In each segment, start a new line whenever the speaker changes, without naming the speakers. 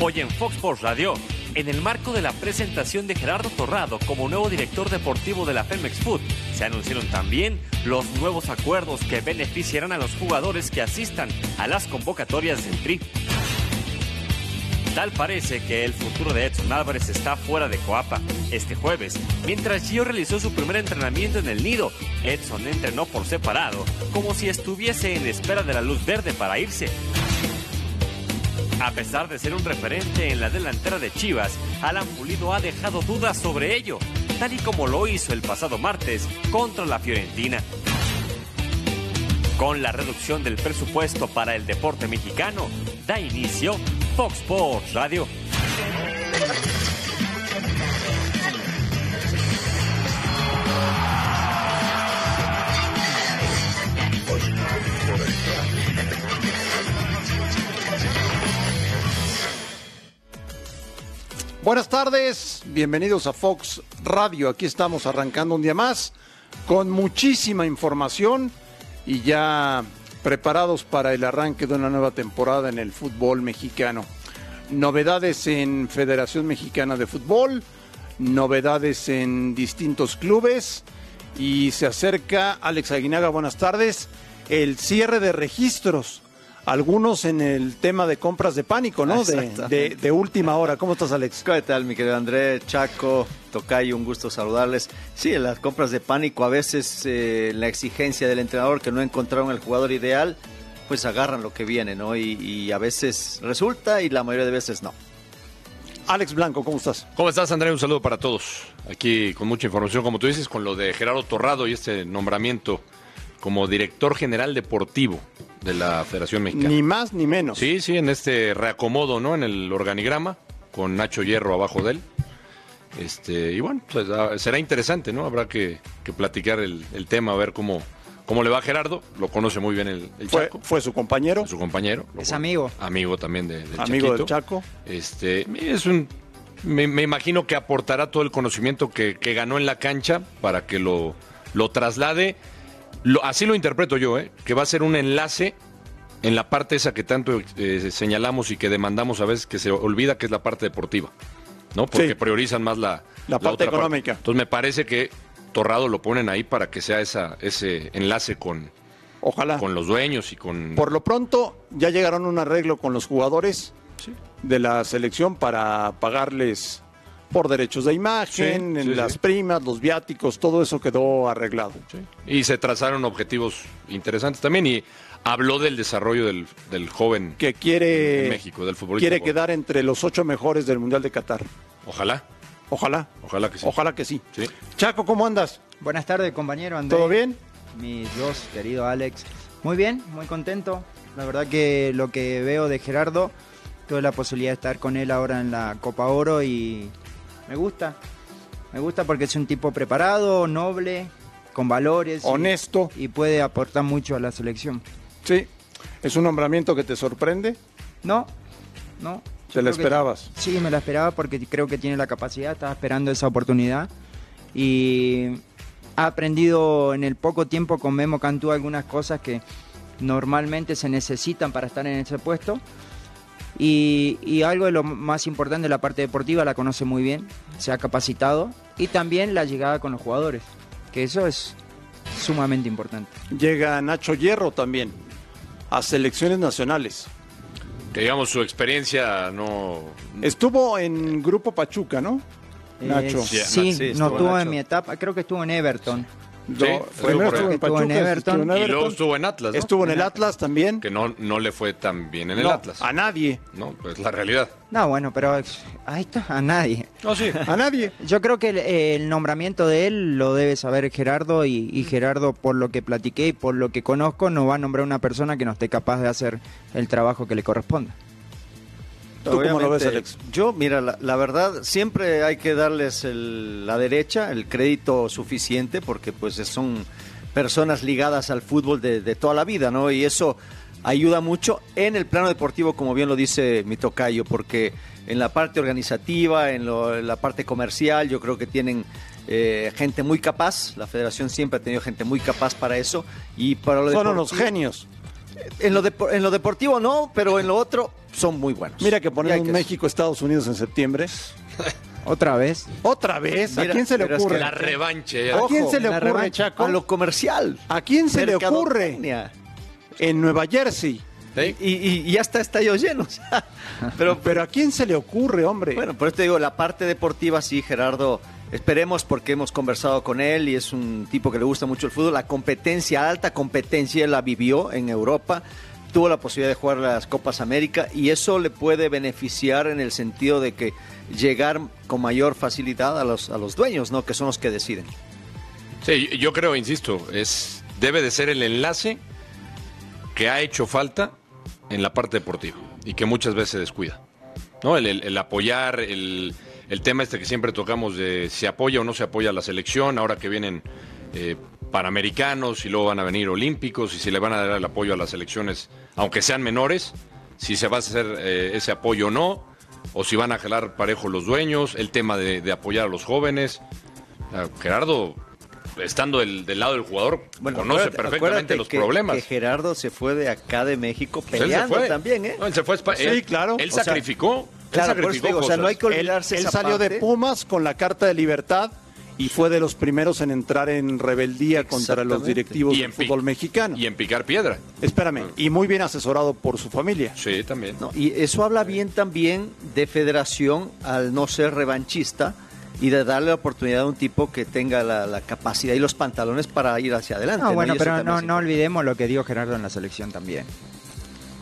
Hoy en Fox Sports Radio, en el marco de la presentación de Gerardo Torrado como nuevo director deportivo de la Femex Food, se anunciaron también los nuevos acuerdos que beneficiarán a los jugadores que asistan a las convocatorias del TRI. Tal parece que el futuro de Edson Álvarez está fuera de Coapa. Este jueves, mientras Gio realizó su primer entrenamiento en el nido, Edson entrenó por separado, como si estuviese en espera de la luz verde para irse. A pesar de ser un referente en la delantera de Chivas, Alan Pulido ha dejado dudas sobre ello, tal y como lo hizo el pasado martes contra la Fiorentina. Con la reducción del presupuesto para el deporte mexicano, da inicio Fox Sports Radio.
Buenas tardes, bienvenidos a Fox Radio. Aquí estamos arrancando un día más con muchísima información y ya preparados para el arranque de una nueva temporada en el fútbol mexicano. Novedades en Federación Mexicana de Fútbol, novedades en distintos clubes y se acerca Alex Aguinaga, buenas tardes, el cierre de registros. Algunos en el tema de compras de pánico, ¿no? De, de- de última hora. ¿Cómo estás, Alex?
¿Qué tal, mi querido André, Chaco, Tocayo? Un gusto saludarles. Sí, en las compras de pánico, a veces eh, la exigencia del entrenador que no encontraron el jugador ideal, pues agarran lo que viene, ¿no? Y, y a veces resulta y la mayoría de veces no.
Alex Blanco, ¿cómo estás?
¿Cómo estás, André? Un saludo para todos. Aquí con mucha información, como tú dices, con lo de Gerardo Torrado y este nombramiento como director general deportivo de la Federación Mexicana.
Ni más ni menos.
Sí, sí, en este reacomodo, ¿no? En el organigrama, con Nacho Hierro abajo de él. Este, y bueno, pues, ah, será interesante, ¿no? Habrá que, que platicar el, el tema, a ver cómo, cómo le va a Gerardo. Lo conoce muy bien el, el
Fue,
Chaco,
fue su compañero,
su compañero. Lo
Es
conoce.
amigo.
Amigo también de, del
amigo del
Chaquito.
Chaco.
Este, es un, me, me imagino que aportará todo el conocimiento que, que ganó en la cancha para que lo, lo traslade. Lo- así lo interpreto yo, ¿eh? que va a ser un enlace en la parte esa que tanto eh, señalamos y que demandamos a veces que se olvida que es la parte deportiva, ¿no? Porque
Sí.
priorizan más la,
La parte
otra
económica.
Entonces me parece que Torrado lo ponen ahí para que sea esa, ese enlace con,
Ojalá.
con los dueños y con
Por lo pronto, ya llegaron a un arreglo con los jugadores de la selección para pagarles por derechos de imagen,
Sí,
en
sí,
las
sí.
primas, los viáticos, todo eso quedó arreglado.
Y se trazaron objetivos interesantes también y habló del desarrollo del, del joven
Que
en
quiere,
México, del futbolista.
quiere quedar entre los ocho mejores del Mundial de Qatar.
Ojalá,
Ojalá,
ojalá que sí.
ojalá que sí.
Sí.
Chaco, ¿cómo andas?
Buenas tardes, compañero Andrés.
¿Todo bien?
Mi Dios, querido Alex. Muy bien, muy contento. La verdad que lo que veo de Gerardo, tuve la posibilidad de estar con él ahora en la Copa Oro y me gusta. Me gusta porque es un tipo preparado, noble, con valores. y-
Honesto.
Y puede aportar mucho a la selección.
Sí. ¿Es un nombramiento que te sorprende?
No, no.
¿Te
yo
la
creo que-
esperabas?
Sí, me la esperaba porque creo que tiene la capacidad, estaba esperando esa oportunidad. Y ha aprendido en el poco tiempo con Memo Cantú algunas cosas que normalmente se necesitan para estar en ese puesto. Y, y algo de lo más importante de la parte deportiva, la conoce muy bien, se ha capacitado. Y también la llegada con los jugadores, que eso es sumamente importante.
Llega Nacho Hierro también a selecciones nacionales.
Que digamos su experiencia no...
Estuvo en Grupo Pachuca, ¿no?
Eh,
Nacho.
sí,
Sí, estuvo
no estuvo en
Nacho.
mi etapa, creo que estuvo en Everton.
Yo-
Sí,
primero
estuvo por
estuvo
ahí.
en Pachuca,
Estuvo en Everton.
estuvo en,
Y
Everton,
luego estuvo en Atlas, ¿no?
estuvo en el Atlas también.
Que no, no le fue tan bien en el
No,
Atlas.
A nadie.
No, pues la realidad.
No, bueno, pero a esto a nadie.
No, sí.
A nadie.
Yo creo que el, el nombramiento de él lo debe saber Gerardo y, y Gerardo, por lo que platiqué y por lo que conozco, no va a nombrar una persona que no esté capaz de hacer el trabajo que le corresponda.
¿Tú cómo lo ves,
Obviamente,
Alex?
Yo, mira, la, la verdad, siempre hay que darles el- la derecha, el crédito suficiente, porque pues son personas ligadas al fútbol de, de toda la vida, ¿no? Y eso ayuda mucho en el plano deportivo, como bien lo dice mi tocayo, porque en la parte organizativa, en, lo- en la parte comercial, yo creo que tienen eh, gente muy capaz, la federación siempre ha tenido gente muy capaz para eso, y para lo
Son
deportivo-
unos genios.
En lo, depo- en lo deportivo no, pero en lo otro son muy buenos.
Mira que
Y hay
ponemos
que-
México-Estados Unidos en septiembre.
Otra vez.
¿Otra vez? ¿A
Mira,
quién se le
pero es que
ocurre?
La revancha. ya.
¿A quién se le
la
ocurre,
revancha.
Chaco?
A lo comercial.
¿A quién se le ocurre
Mercadotecnia.
en Nueva Jersey?
¿Sí?
Y, y- y ya está estallado lleno. o sea, pero,
Pero ¿a quién se le ocurre, hombre?
Bueno, por eso te digo, la parte deportiva sí, Gerardo, esperemos porque hemos conversado con él y es un tipo que le gusta mucho el fútbol. La competencia, alta competencia, él la vivió en Europa, tuvo la posibilidad de jugar las Copas América y eso le puede beneficiar en el sentido de que llegar con mayor facilidad a los, a los dueños, ¿no? Que son los que deciden.
Sí, yo creo, insisto, es debe de ser el enlace que ha hecho falta en la parte deportiva y que muchas veces se descuida. ¿no? El, el- el apoyar, el, el tema este que siempre tocamos de si apoya o no se apoya a la selección, ahora que vienen eh, panamericanos y luego van a venir olímpicos y si le van a dar el apoyo a las selecciones, aunque sean menores, si se va a hacer eh, ese apoyo o no, o si van a jalar parejo los dueños, el tema de, de apoyar a los jóvenes. Ah, Gerardo, estando del, del lado del jugador, conoce
acuérdate-
perfectamente
acuérdate
los
que-
problemas.
Que Gerardo se fue de acá de México
Pues él se
peleando
fue.
también, ¿eh?
No, él se fue a Espa-
Sí,
él-
claro.
Él
O sea,
sacrificó. él
claro, por eso
sacrificó
digo, o sea, no
cosas.
hay que
él,
olvidarse
él
esa
salió de
parte.
Pumas con la Carta de Libertad y fue de los primeros en entrar en rebeldía contra los
Exactamente.
directivos
Y
del
en pi-
fútbol mexicano.
Y en picar piedra.
Espérame,
Ah.
y muy bien asesorado por su familia.
Sí, también.
No, y eso habla bien también de federación al no ser revanchista y de darle la oportunidad a un tipo que tenga la, la capacidad y los pantalones para ir hacia adelante.
No,
¿no?
bueno,
Y eso
pero
también
no,
es
no olvidemos lo que dijo Gerardo en la selección también.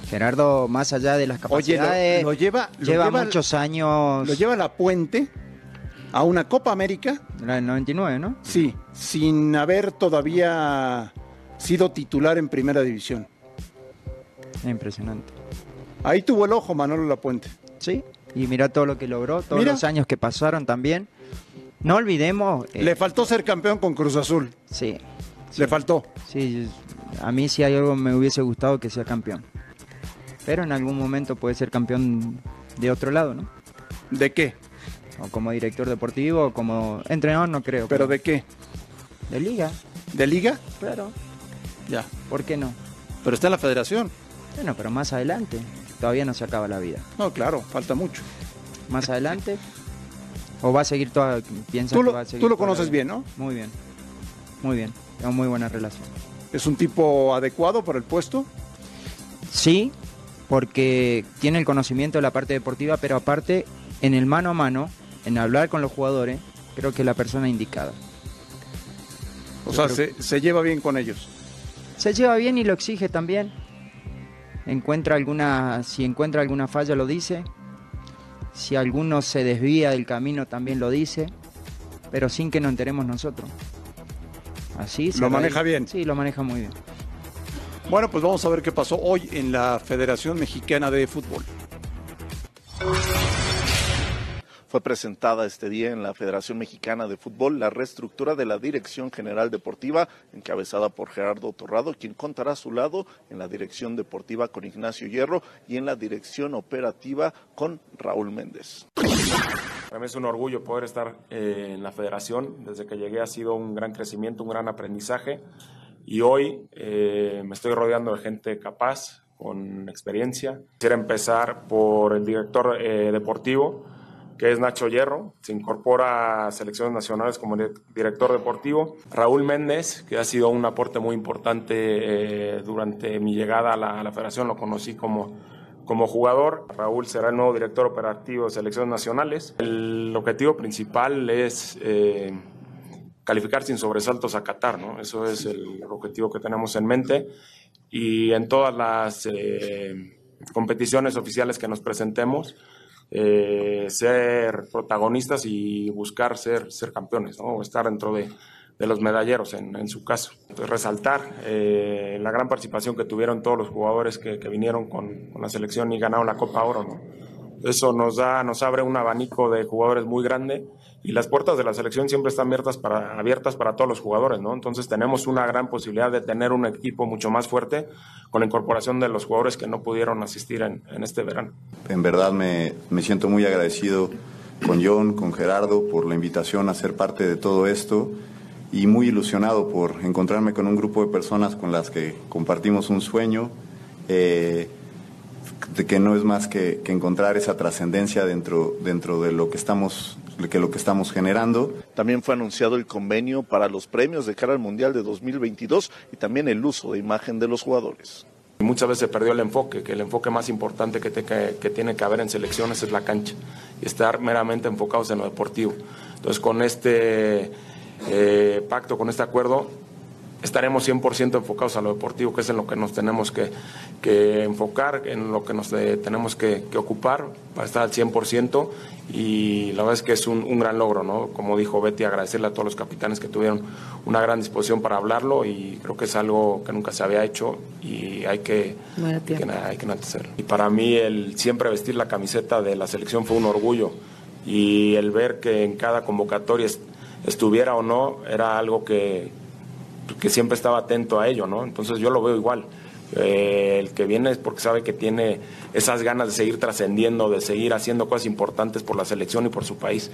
Gerardo, más allá de las
Oye,
capacidades,
lo, lo lleva, lo
lleva,
lleva-
muchos años.
lo lleva la puente a una Copa América,
La del 99, ¿no?
sí, sin haber todavía sido titular en primera división.
Impresionante.
Ahí tuvo el ojo Manolo Lapuente.
Sí. Y mira todo lo que logró, todos
Mira.
los años que pasaron también. No olvidemos. eh,
Le faltó ser campeón con Cruz Azul.
sí,
Le faltó.
sí. A mí si hay algo me hubiese gustado que sea campeón. Pero en algún momento puede ser campeón de otro lado, ¿no?
¿De qué?
O como director deportivo, o como entrenador, no creo.
¿Pero de qué?
de liga,
¿De liga?
claro.
Ya.
¿Por qué no?
Pero está en la federación.
Bueno, pero más adelante. Todavía no se acaba la vida.
No, claro, falta mucho.
Más adelante. ¿O va a seguir toda.? Piensa
Tú
que
lo-
va a seguir
tú lo
toda la
conoces
vida?
bien, ¿no?
Muy bien. Muy bien. Tengo muy buena relación.
¿Es un tipo adecuado para el puesto?
Sí, porque tiene el conocimiento de la parte deportiva, pero aparte, en el mano a mano, en hablar con los jugadores, creo que es la persona indicada.
O
Yo
sea,
creo
se, se lleva bien con ellos.
Se lleva bien y lo exige también. Encuentra alguna, si encuentra alguna falla lo dice. Si alguno se desvía del camino también lo dice, pero sin que nos enteremos nosotros. Así se
Lo
va
maneja
a ir.
bien.
Sí, lo maneja muy bien.
Bueno, pues vamos a ver qué pasó hoy en la Federación Mexicana de Fútbol.
Fue presentada este día en la Federación Mexicana de Fútbol la reestructura de la Dirección General Deportiva, encabezada por Gerardo Torrado, quien contará a su lado en la Dirección Deportiva con Ignacio Hierro y en la Dirección Operativa con Raúl Méndez.
Para mí es un orgullo poder estar eh, en la federación. Desde que llegué ha sido un gran crecimiento, un gran aprendizaje. Y hoy eh, me estoy rodeando de gente capaz, con experiencia. Quisiera empezar por el director eh, deportivo, que es Nacho Hierro. Se incorpora a selecciones nacionales como di- director deportivo. Raúl Méndez, que ha sido un aporte muy importante eh, durante mi llegada a la- a la federación. Lo conocí como como jugador, Raúl será el nuevo director operativo de selecciones nacionales. El objetivo principal es eh, calificar sin sobresaltos a Qatar, ¿no? Eso es el objetivo que tenemos en mente. Y en todas las eh, competiciones oficiales que nos presentemos, eh, ser protagonistas y buscar ser, ser campeones, ¿no? O estar dentro de, de los medalleros en, en su caso. Entonces, resaltar eh, la gran participación que tuvieron todos los jugadores que, que vinieron con, con la selección y ganaron la Copa Oro, ¿no? Eso nos da, nos abre un abanico de jugadores muy grande y las puertas de la selección siempre están abiertas para, abiertas para todos los jugadores, ¿no? Entonces tenemos una gran posibilidad de tener un equipo mucho más fuerte con la incorporación de los jugadores que no pudieron asistir en- en este verano.
En verdad me, me siento muy agradecido con John, con Gerardo, por la invitación a ser parte de todo esto y muy ilusionado por encontrarme con un grupo de personas con las que compartimos un sueño eh, de que no es más que, que encontrar esa trascendencia dentro, dentro de lo que estamos que lo que estamos generando.
También fue anunciado el convenio para los premios de cara al Mundial de 2022 y también el uso de imagen de los jugadores.
Muchas veces se perdió el enfoque, que el enfoque más importante que, te- que- que tiene que haber en selecciones es la cancha y estar meramente enfocados en lo deportivo. Entonces, con este eh, pacto, con este acuerdo, estaremos 100% enfocados a lo deportivo, que es en lo que nos tenemos que, que enfocar, en lo que nos eh, tenemos que, que ocupar para estar al 100% y la verdad es que es un, un gran logro, ¿no? Como dijo Betty, agradecerle a todos los capitanes que tuvieron una gran disposición para hablarlo y creo que es algo que nunca se había hecho y hay que,
No era
hay que,
tiempo.
hay que enaltecerlo. Y para mí el siempre vestir la camiseta de la selección fue un orgullo y el ver que en cada convocatoria est- estuviera o no era algo que, que siempre estaba atento a ello, ¿no? Entonces yo lo veo igual. Eh, el que viene es porque sabe que tiene esas ganas de seguir trascendiendo, de seguir haciendo cosas importantes por la selección y por su país.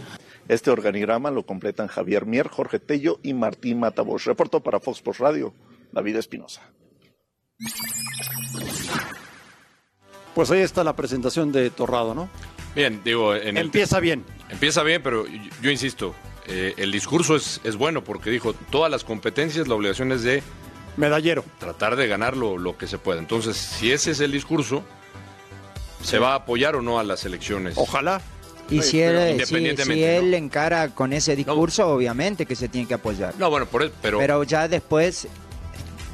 Este organigrama lo completan Javier Mier, Jorge Tello y Martín Matabosch. Reportó para Fox Sports Radio, David Espinosa.
Pues ahí está la presentación de Torrado, ¿no?
Bien, digo, en el-
Empieza bien.
empieza bien, pero yo, yo insisto, eh, el discurso es, es bueno porque dijo, todas las competencias, la obligación es de
Medallero.
tratar de ganar lo, lo que se pueda. Entonces, si ese es el discurso, ¿se va a apoyar o no a las elecciones?
Ojalá.
Y si él, si- si
Independientemente,
él
¿no?
encara con ese discurso, obviamente que se tiene que apoyar.
No, bueno, por, pero,
pero, ya después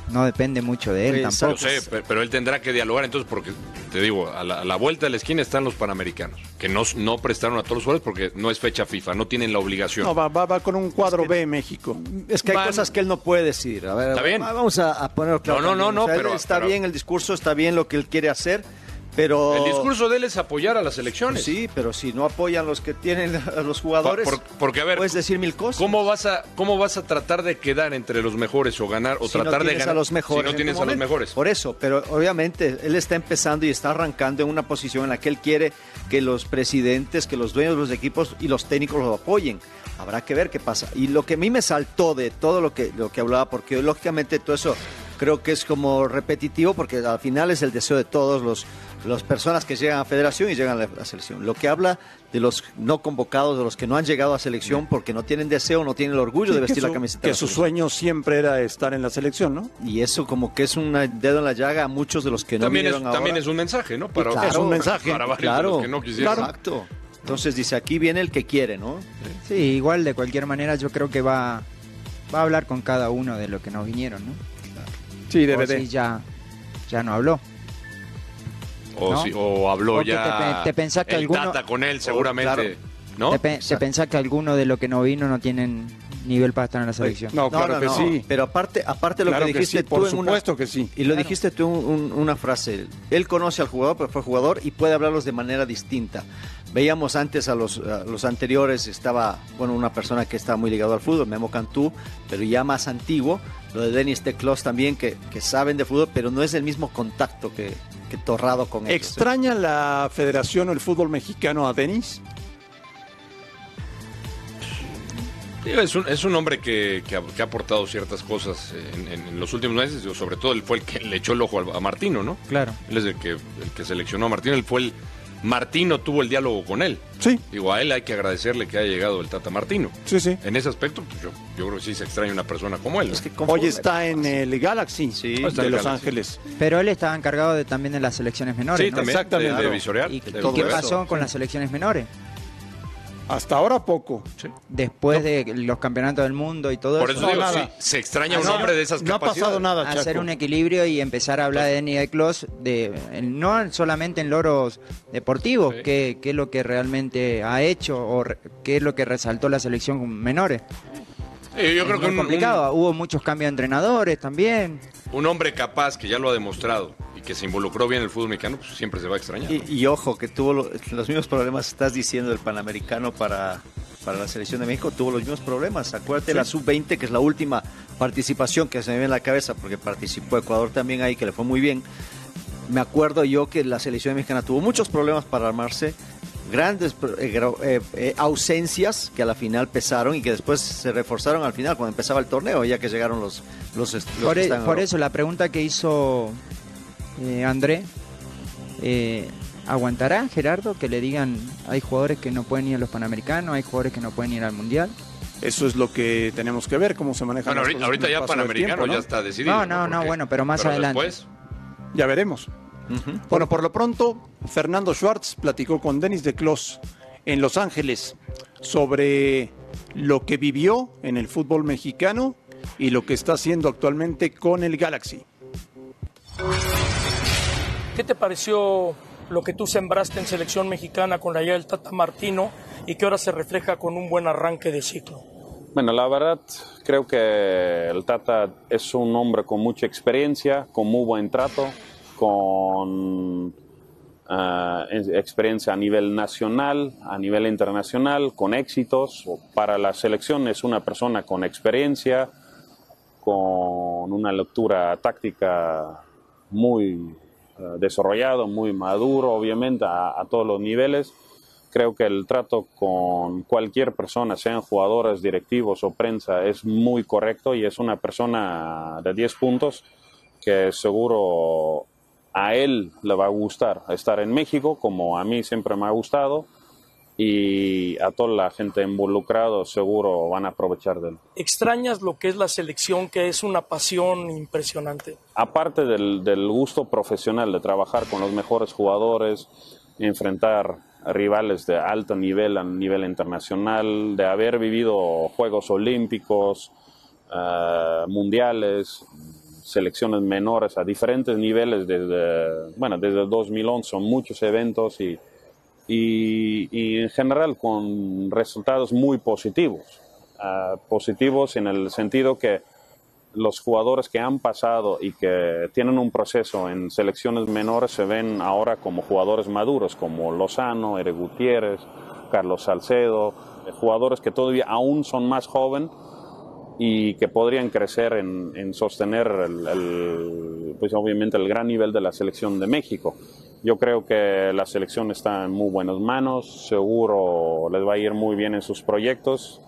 no depende mucho de él
Yo
tampoco.
sé, pe- pero él tendrá que dialogar entonces porque, te digo, a la, a la vuelta de la esquina están los Panamericanos, que no, no prestaron a todos los jugadores porque no es fecha FIFA, no tienen la obligación.
No, va, va, va con un cuadro B México.
Es que hay
Van-
cosas que él no puede decir. A ver,
Está bien.
va- Vamos a, a ponerlo claro.
No, no,
también.
no, no,
él
pero-
está
pero-
bien el discurso, está bien lo que él quiere hacer, pero. Pues
el discurso de él es apoyar a las elecciones.
Sí, pero si no apoyan los que tienen a los jugadores,
Por- porque, a ver,
puedes decir mil cosas.
¿Cómo vas, a, ¿Cómo vas a tratar de quedar entre los mejores o ganar o
si
tratar
no
de
tienes
ganar
a los mejores.
si
en
no
tu
tienes a los
momento.
mejores?
Por eso, pero obviamente él está empezando y está arrancando en una posición en la que él quiere que los presidentes, que los dueños de los equipos y los técnicos lo apoyen. Habrá que ver qué pasa. Y lo que a mí me saltó de todo lo que, lo que hablaba, porque lógicamente todo eso creo que es como repetitivo, porque al final es el deseo de todos los las personas que llegan a federación y llegan a la selección. Lo que habla de los no convocados, de los que no han llegado a selección porque no tienen deseo, no tienen el orgullo de
Sí, que
vestir la
su-
camiseta. de
Que
la
su
selección.
sueño siempre era estar en la selección, ¿no?
Y eso como que es un dedo en la llaga a muchos de los que no
también, es,
vinieron ahora.
también es un mensaje, ¿no? Para,
claro. Es un
mensaje.
Para varios de
claro,
los que no quisieron.
claro.
Exacto. Entonces dice, aquí viene el que quiere, ¿no?
Sí, igual de cualquier manera yo creo que va, va a hablar con cada uno de los que nos vinieron, ¿no?
Sí,
O si ya, ya no habló.
O,
¿no?
si- o habló
Porque
ya
te pe- te pensás que
el
alguno-
Tata con él seguramente,
claro.
¿no?
¿Te, pe- te pensás que alguno de los que no vino no tienen nivel para estar en la selección?
No, claro que sí.
Pero aparte, aparte lo
Claro
que
que
dijiste
sí,
tú
por
en una-
supuesto que sí.
Y lo dijiste tú un- una frase. Él conoce al jugador, pero fue jugador y puede hablarlos de manera distinta. Veíamos antes a los, a los anteriores, estaba, bueno, una persona que estaba muy ligado al fútbol, Memo Cantú, pero ya más antiguo, lo de Denis Teclos también, que, que saben de fútbol, pero no es el mismo contacto que, que Torrado con ellos.
¿Extraña la federación o el fútbol mexicano a Denis?
Digo, Es un, es un hombre que, que ha, que ha aportado ciertas cosas en, en- en los últimos meses, digo, sobre todo él fue el que le echó el ojo al- a Martino, ¿no?
Claro.
Él es el que, el que seleccionó a Martino, él fue el... Martino tuvo el diálogo con él.
Sí,
Digo, a él hay que agradecerle que haya llegado el Tata Martino.
sí, sí.
En ese aspecto, pues, yo, yo creo que sí se extraña una persona como él. ¿no?
Es que conforme-
Hoy está en el Galaxy
Sí,
de
está en el
Los
Galaxy.
Ángeles.
Pero él estaba encargado de, también de las selecciones menores,
sí,
¿no?
también.
Exactamente.
De, de
Claro.
visorear.
¿Y, y
de todo
qué
eso.
pasó con las selecciones menores?
Hasta ahora poco.
Sí.
Después de los campeonatos del mundo y todo
Por
eso.
eso digo,
No,
sí,
nada.
se extraña un
Ah, No,
hombre de esas
no ha
capacidades.
pasado nada, Chaco.
hacer un equilibrio y empezar a hablar de Danny Eklos, de, en- no solamente en loros deportivos,
Sí.
qué, qué es lo que realmente ha hecho o re- qué es lo que resaltó la selección con menores.
Eh, yo
Es
creo que
muy
un,
complicado, hubo muchos cambios de entrenadores también.
un- un hombre capaz que ya lo ha demostrado y que se involucró bien en el fútbol mexicano, pues siempre se va a extrañar. ¿no?
Y, y ojo, que tuvo lo- los mismos problemas, estás diciendo, del Panamericano para, para la Selección de México, tuvo los mismos problemas. Acuérdate la Sub-20, que es la última participación que se me viene en la cabeza, porque participó Ecuador también ahí, que le fue muy bien. Me acuerdo yo que la Selección Mexicana tuvo muchos problemas para armarse, grandes pro- eh, gra- eh, eh, ausencias que a la final pesaron y que después se reforzaron al final, cuando empezaba el torneo, ya que llegaron los... los, est- los
Por,
que
e-
están en
por
Europa.
eso la pregunta que hizo eh, André. Eh, ¿Aguantará Gerardo que le digan hay jugadores que no pueden ir a los Panamericanos, hay jugadores que no pueden ir al Mundial?
Eso es lo que tenemos que ver, cómo se maneja.
Bueno, ahorita, ahorita ya Panamericano ya está decidido.
No, no, no,
Porque-
bueno, pero más adelante.
después,
Ya veremos. Bueno, por lo pronto, Fernando Schwartz platicó con Denis de Clos en Los Ángeles sobre lo que vivió en el fútbol mexicano y lo que está haciendo actualmente con el Galaxy.
¿Qué te pareció lo que tú sembraste en selección mexicana con la llegada del Tata Martino y que ahora se refleja con un buen arranque de ciclo?
Bueno, la verdad, creo que el Tata es un hombre con mucha experiencia, con muy buen trato, con ah, es- experiencia a nivel nacional, a nivel internacional, con éxitos. Para la selección es una persona con experiencia, con una lectura táctica muy eh, desarrollado, muy maduro, obviamente, a, a todos los niveles. Creo que el trato con cualquier persona, sean jugadores, directivos o prensa, es muy correcto y es una persona de 10 puntos que seguro a él le va a gustar estar en México, como a mí siempre me ha gustado, y a toda la gente involucrada seguro van a aprovechar de él.
¿Extrañas lo que es la selección, que es una pasión impresionante?
aparte del, del gusto profesional de trabajar con los mejores jugadores, enfrentar rivales de alto nivel a nivel internacional, de haber vivido Juegos Olímpicos, eh, mundiales, selecciones menores a diferentes niveles desde, bueno, desde el 2011, son muchos eventos y, y, y en general con resultados muy positivos. Ah, positivos en el sentido que los jugadores que han pasado y que tienen un proceso en selecciones menores se ven ahora como jugadores maduros, como Lozano, Ere Gutiérrez, Carlos Salcedo, eh, jugadores que todavía aún son más jóvenes y que podrían crecer en, en sostener el- el- pues obviamente el gran nivel de la selección de México. Yo creo que la selección está en muy buenas manos, seguro les va a ir muy bien en sus proyectos.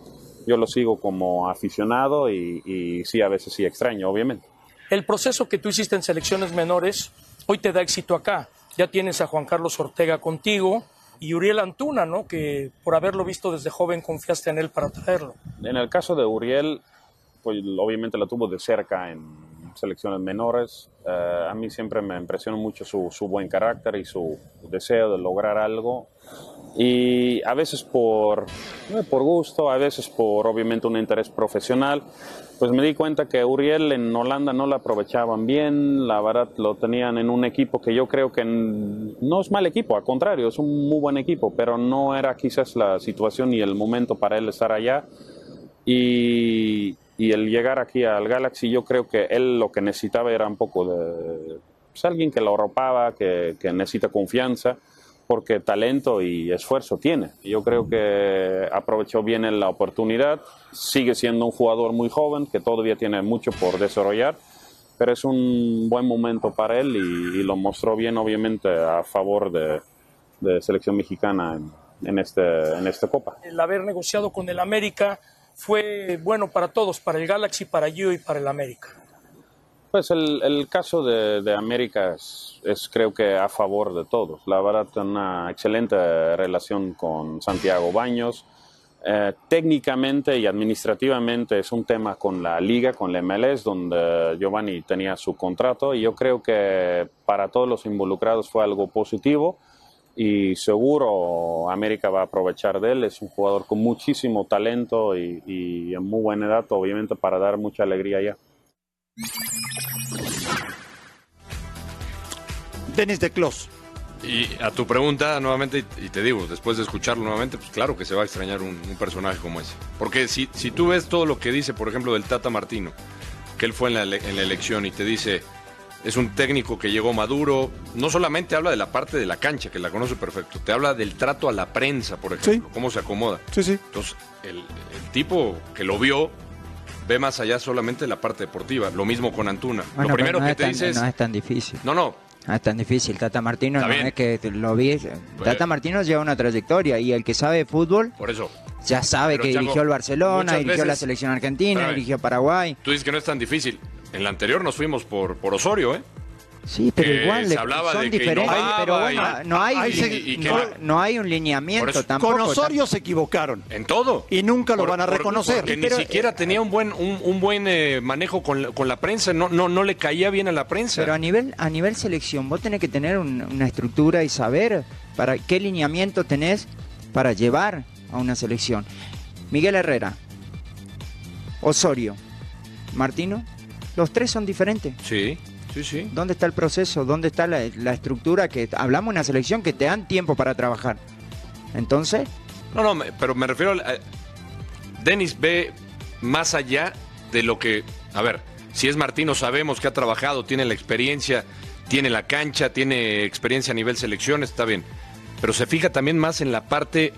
Yo lo sigo como aficionado y, y sí, a veces sí extraño, obviamente.
El proceso que tú hiciste en selecciones menores hoy te da éxito acá. Ya tienes a Juan Carlos Ortega contigo y Uriel Antuna, ¿no? Que por haberlo visto desde joven confiaste en él para traerlo.
En el caso de Uriel, pues obviamente lo tuvo de cerca en selecciones menores. Eh, a mí siempre me impresionó mucho su, su buen carácter y su deseo de lograr algo. Y a veces por, eh, por gusto, a veces por obviamente un interés profesional, pues me di cuenta que Uriel en Holanda no lo aprovechaban bien, la verdad lo tenían en un equipo que yo creo que n- no es mal equipo, al contrario, es un muy buen equipo, pero no era quizás la situación y el momento para él estar allá y, y el llegar aquí al Galaxy, yo creo que él lo que necesitaba era un poco de pues, alguien que lo arropaba, que, que necesita confianza, porque talento y esfuerzo tiene. Yo creo que aprovechó bien él la oportunidad, sigue siendo un jugador muy joven, que todavía tiene mucho por desarrollar, pero es un buen momento para él y, y lo mostró bien, obviamente, a favor de, de selección mexicana en, en, este, en esta Copa.
El haber negociado con el América fue bueno para todos, para el Galaxy, para Gio y para el América.
Pues el, el caso de, de América es, es creo que a favor de todos. La verdad, una excelente relación con Santiago Baños. Eh, técnicamente y administrativamente es un tema con la liga, con la MLS, donde Giovanni tenía su contrato y yo creo que para todos los involucrados fue algo positivo y seguro América va a aprovechar de él. Es un jugador con muchísimo talento y, y en muy buena edad, obviamente, para dar mucha alegría allá.
Denis de Clos.
y a tu pregunta nuevamente, y y te digo, después de escucharlo nuevamente, pues claro que se va a extrañar un, un personaje como ese. Porque si, si tú ves todo lo que dice, por ejemplo, del Tata Martino, que él fue en la, ele- en la elección y te dice, es un técnico que llegó maduro, no solamente habla de la parte de la cancha, que la conoce perfecto, te habla del trato a la prensa, por ejemplo, cómo se acomoda.
Sí, sí.
Entonces, el, el tipo que lo vio ve más allá solamente de la parte deportiva. Lo mismo con Antuna.
Bueno,
lo
pero
primero
no
que
es
te
tan-
dice es...
no es tan difícil.
No, no,
No es tan difícil. Tata Martino
Está
no
bien. Pues-
es que te- lo vi. eh, Tata Martino lleva una trayectoria y el que sabe de fútbol
por eso.
ya sabe
Pero,
que
Chango,
dirigió el Barcelona,
muchas
dirigió la
veces-
selección argentina,
Espérame.
dirigió Paraguay.
Tú dices que no es tan difícil. En la anterior nos fuimos por, por Osorio, ¿eh?
Sí, pero
que
igual
se
le-
hablaba
son
de que
diferentes,
innovaba
pero
y-
bueno, no hay,
y- y- y que
no,
era-
no hay un lineamiento
Por eso-
tampoco.
Con Osorio se equivocaron
En todo.
y nunca lo
Por-
van a
por-
reconocer.
Porque
Pero-
ni
eh,
siquiera tenía un buen, un, un buen eh, manejo con la, con la prensa, no, no, no le caía bien a la prensa.
Pero a nivel, a nivel selección, vos tenés que tener un- una estructura y saber para qué lineamiento tenés para llevar a una selección. Miguel Herrera, Osorio, Martino, los tres son diferentes.
Sí, sí, sí.
¿Dónde está el proceso? ¿Dónde está la, la estructura? que Hablamos de una selección que te dan tiempo para trabajar. Entonces,
No, no, me- pero me refiero a... Denis ve más allá de lo que... A ver, si es Martino sabemos que ha trabajado, tiene la experiencia, tiene la cancha, tiene experiencia a nivel selección, está bien. Pero se fija también más en la parte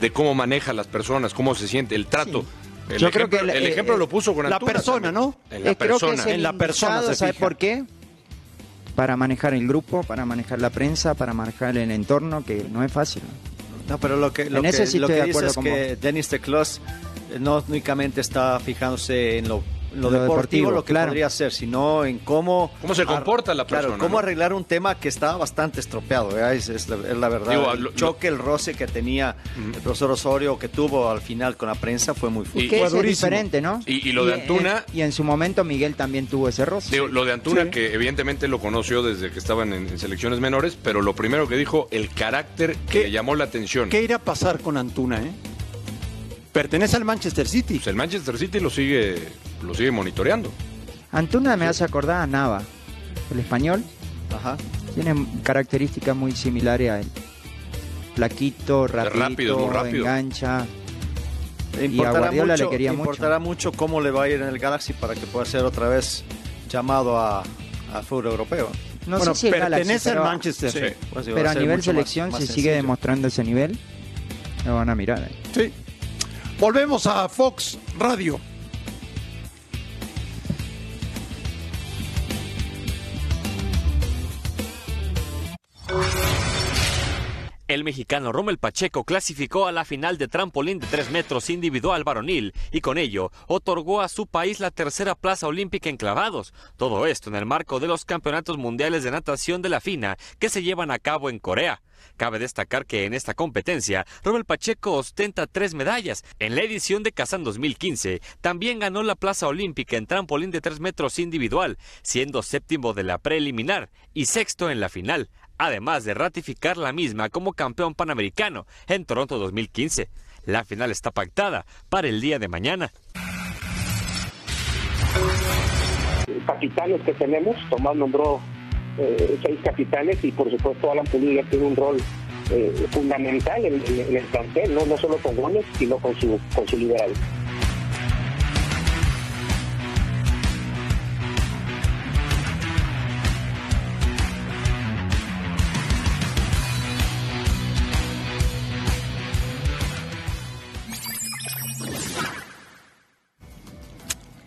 de cómo maneja a las personas, cómo se siente, el trato. El
Yo creo
ejemplo,
que
el,
el- eh,
ejemplo
eh,
lo puso con
la
Antuna
persona,
también.
¿no?
En la
Eh, creo que
persona.
es el
En la persona
indicado,
se
¿Sabes
fija.
por qué? Para manejar el grupo, para manejar la prensa, para manejar el entorno, que no es fácil.
No, pero lo que, lo
En
que,
ese sí
lo
estoy
que
de
dice
acuerdo
es
con
que Dennis Teclos no únicamente está fijándose en lo, en lo
Lo
deportivo,
deportivo,
lo que
claro.
podría hacer, sino en cómo...
Cómo se comporta la
claro,
persona,
cómo
¿no?
arreglar un tema que está bastante estropeado, ¿verdad? es, es la, es la verdad.
Digo,
el
lo-
choque, el roce que tenía el profesor Osorio, que tuvo al final con la prensa, fue muy fuerte.
Y-
que
fue
ese es
durísimo.
diferente, ¿no?
Y- y lo de
en-
Antuna-
Y en, su momento Miguel también tuvo ese roce.
Digo, lo de Antuna, que evidentemente lo conoció desde que estaban en, en selecciones menores, pero lo primero que dijo, el carácter que
¿Qué?
le llamó la atención.
¿Qué irá a pasar con Antuna, eh? Pertenece al Manchester City.
Pues el Manchester City lo sigue, lo sigue monitoreando.
Antuna me hace acordar a Nava, el español.
Ajá.
Tiene características muy similares a él. Plaquito, rapidito,
rápido, muy rápido.
engancha.
Le
Y a Guardiola le quería mucho.
importará mucho cómo le va a ir en el Galaxy para que pueda ser otra vez llamado a, al fútbol europeo.
No
bueno,
sé si el
pertenece
Galaxy,
al
pero-
Manchester.
Sí.
Pues, digo, va
Pero a
ser
nivel
mucho más-
selección,
más
si
sencillo.
sigue demostrando ese nivel, lo van a mirar. eh.
Sí. Volvemos a Fox Radio.
El mexicano Rommel Pacheco clasificó a la final de trampolín de 3 metros individual varonil y con ello otorgó a su país la tercera plaza olímpica en clavados. Todo esto en el marco de los campeonatos mundiales de natación de la FINA que se llevan a cabo en Corea. Cabe destacar que en esta competencia, Rommel Pacheco ostenta tres medallas. En la edición de Kazán 2015, también ganó la plaza olímpica en trampolín de 3 metros individual, siendo séptimo de la preliminar y sexto en la final además de ratificar la misma como campeón panamericano en Toronto 2015. La final está pactada para el día de mañana.
capitanes que tenemos. Tomás nombró eh, seis capitanes y por supuesto Alan Pulido tiene un rol eh, fundamental en, en- en el plantel, ¿no? no solo con goles, sino con su, con su liderazgo.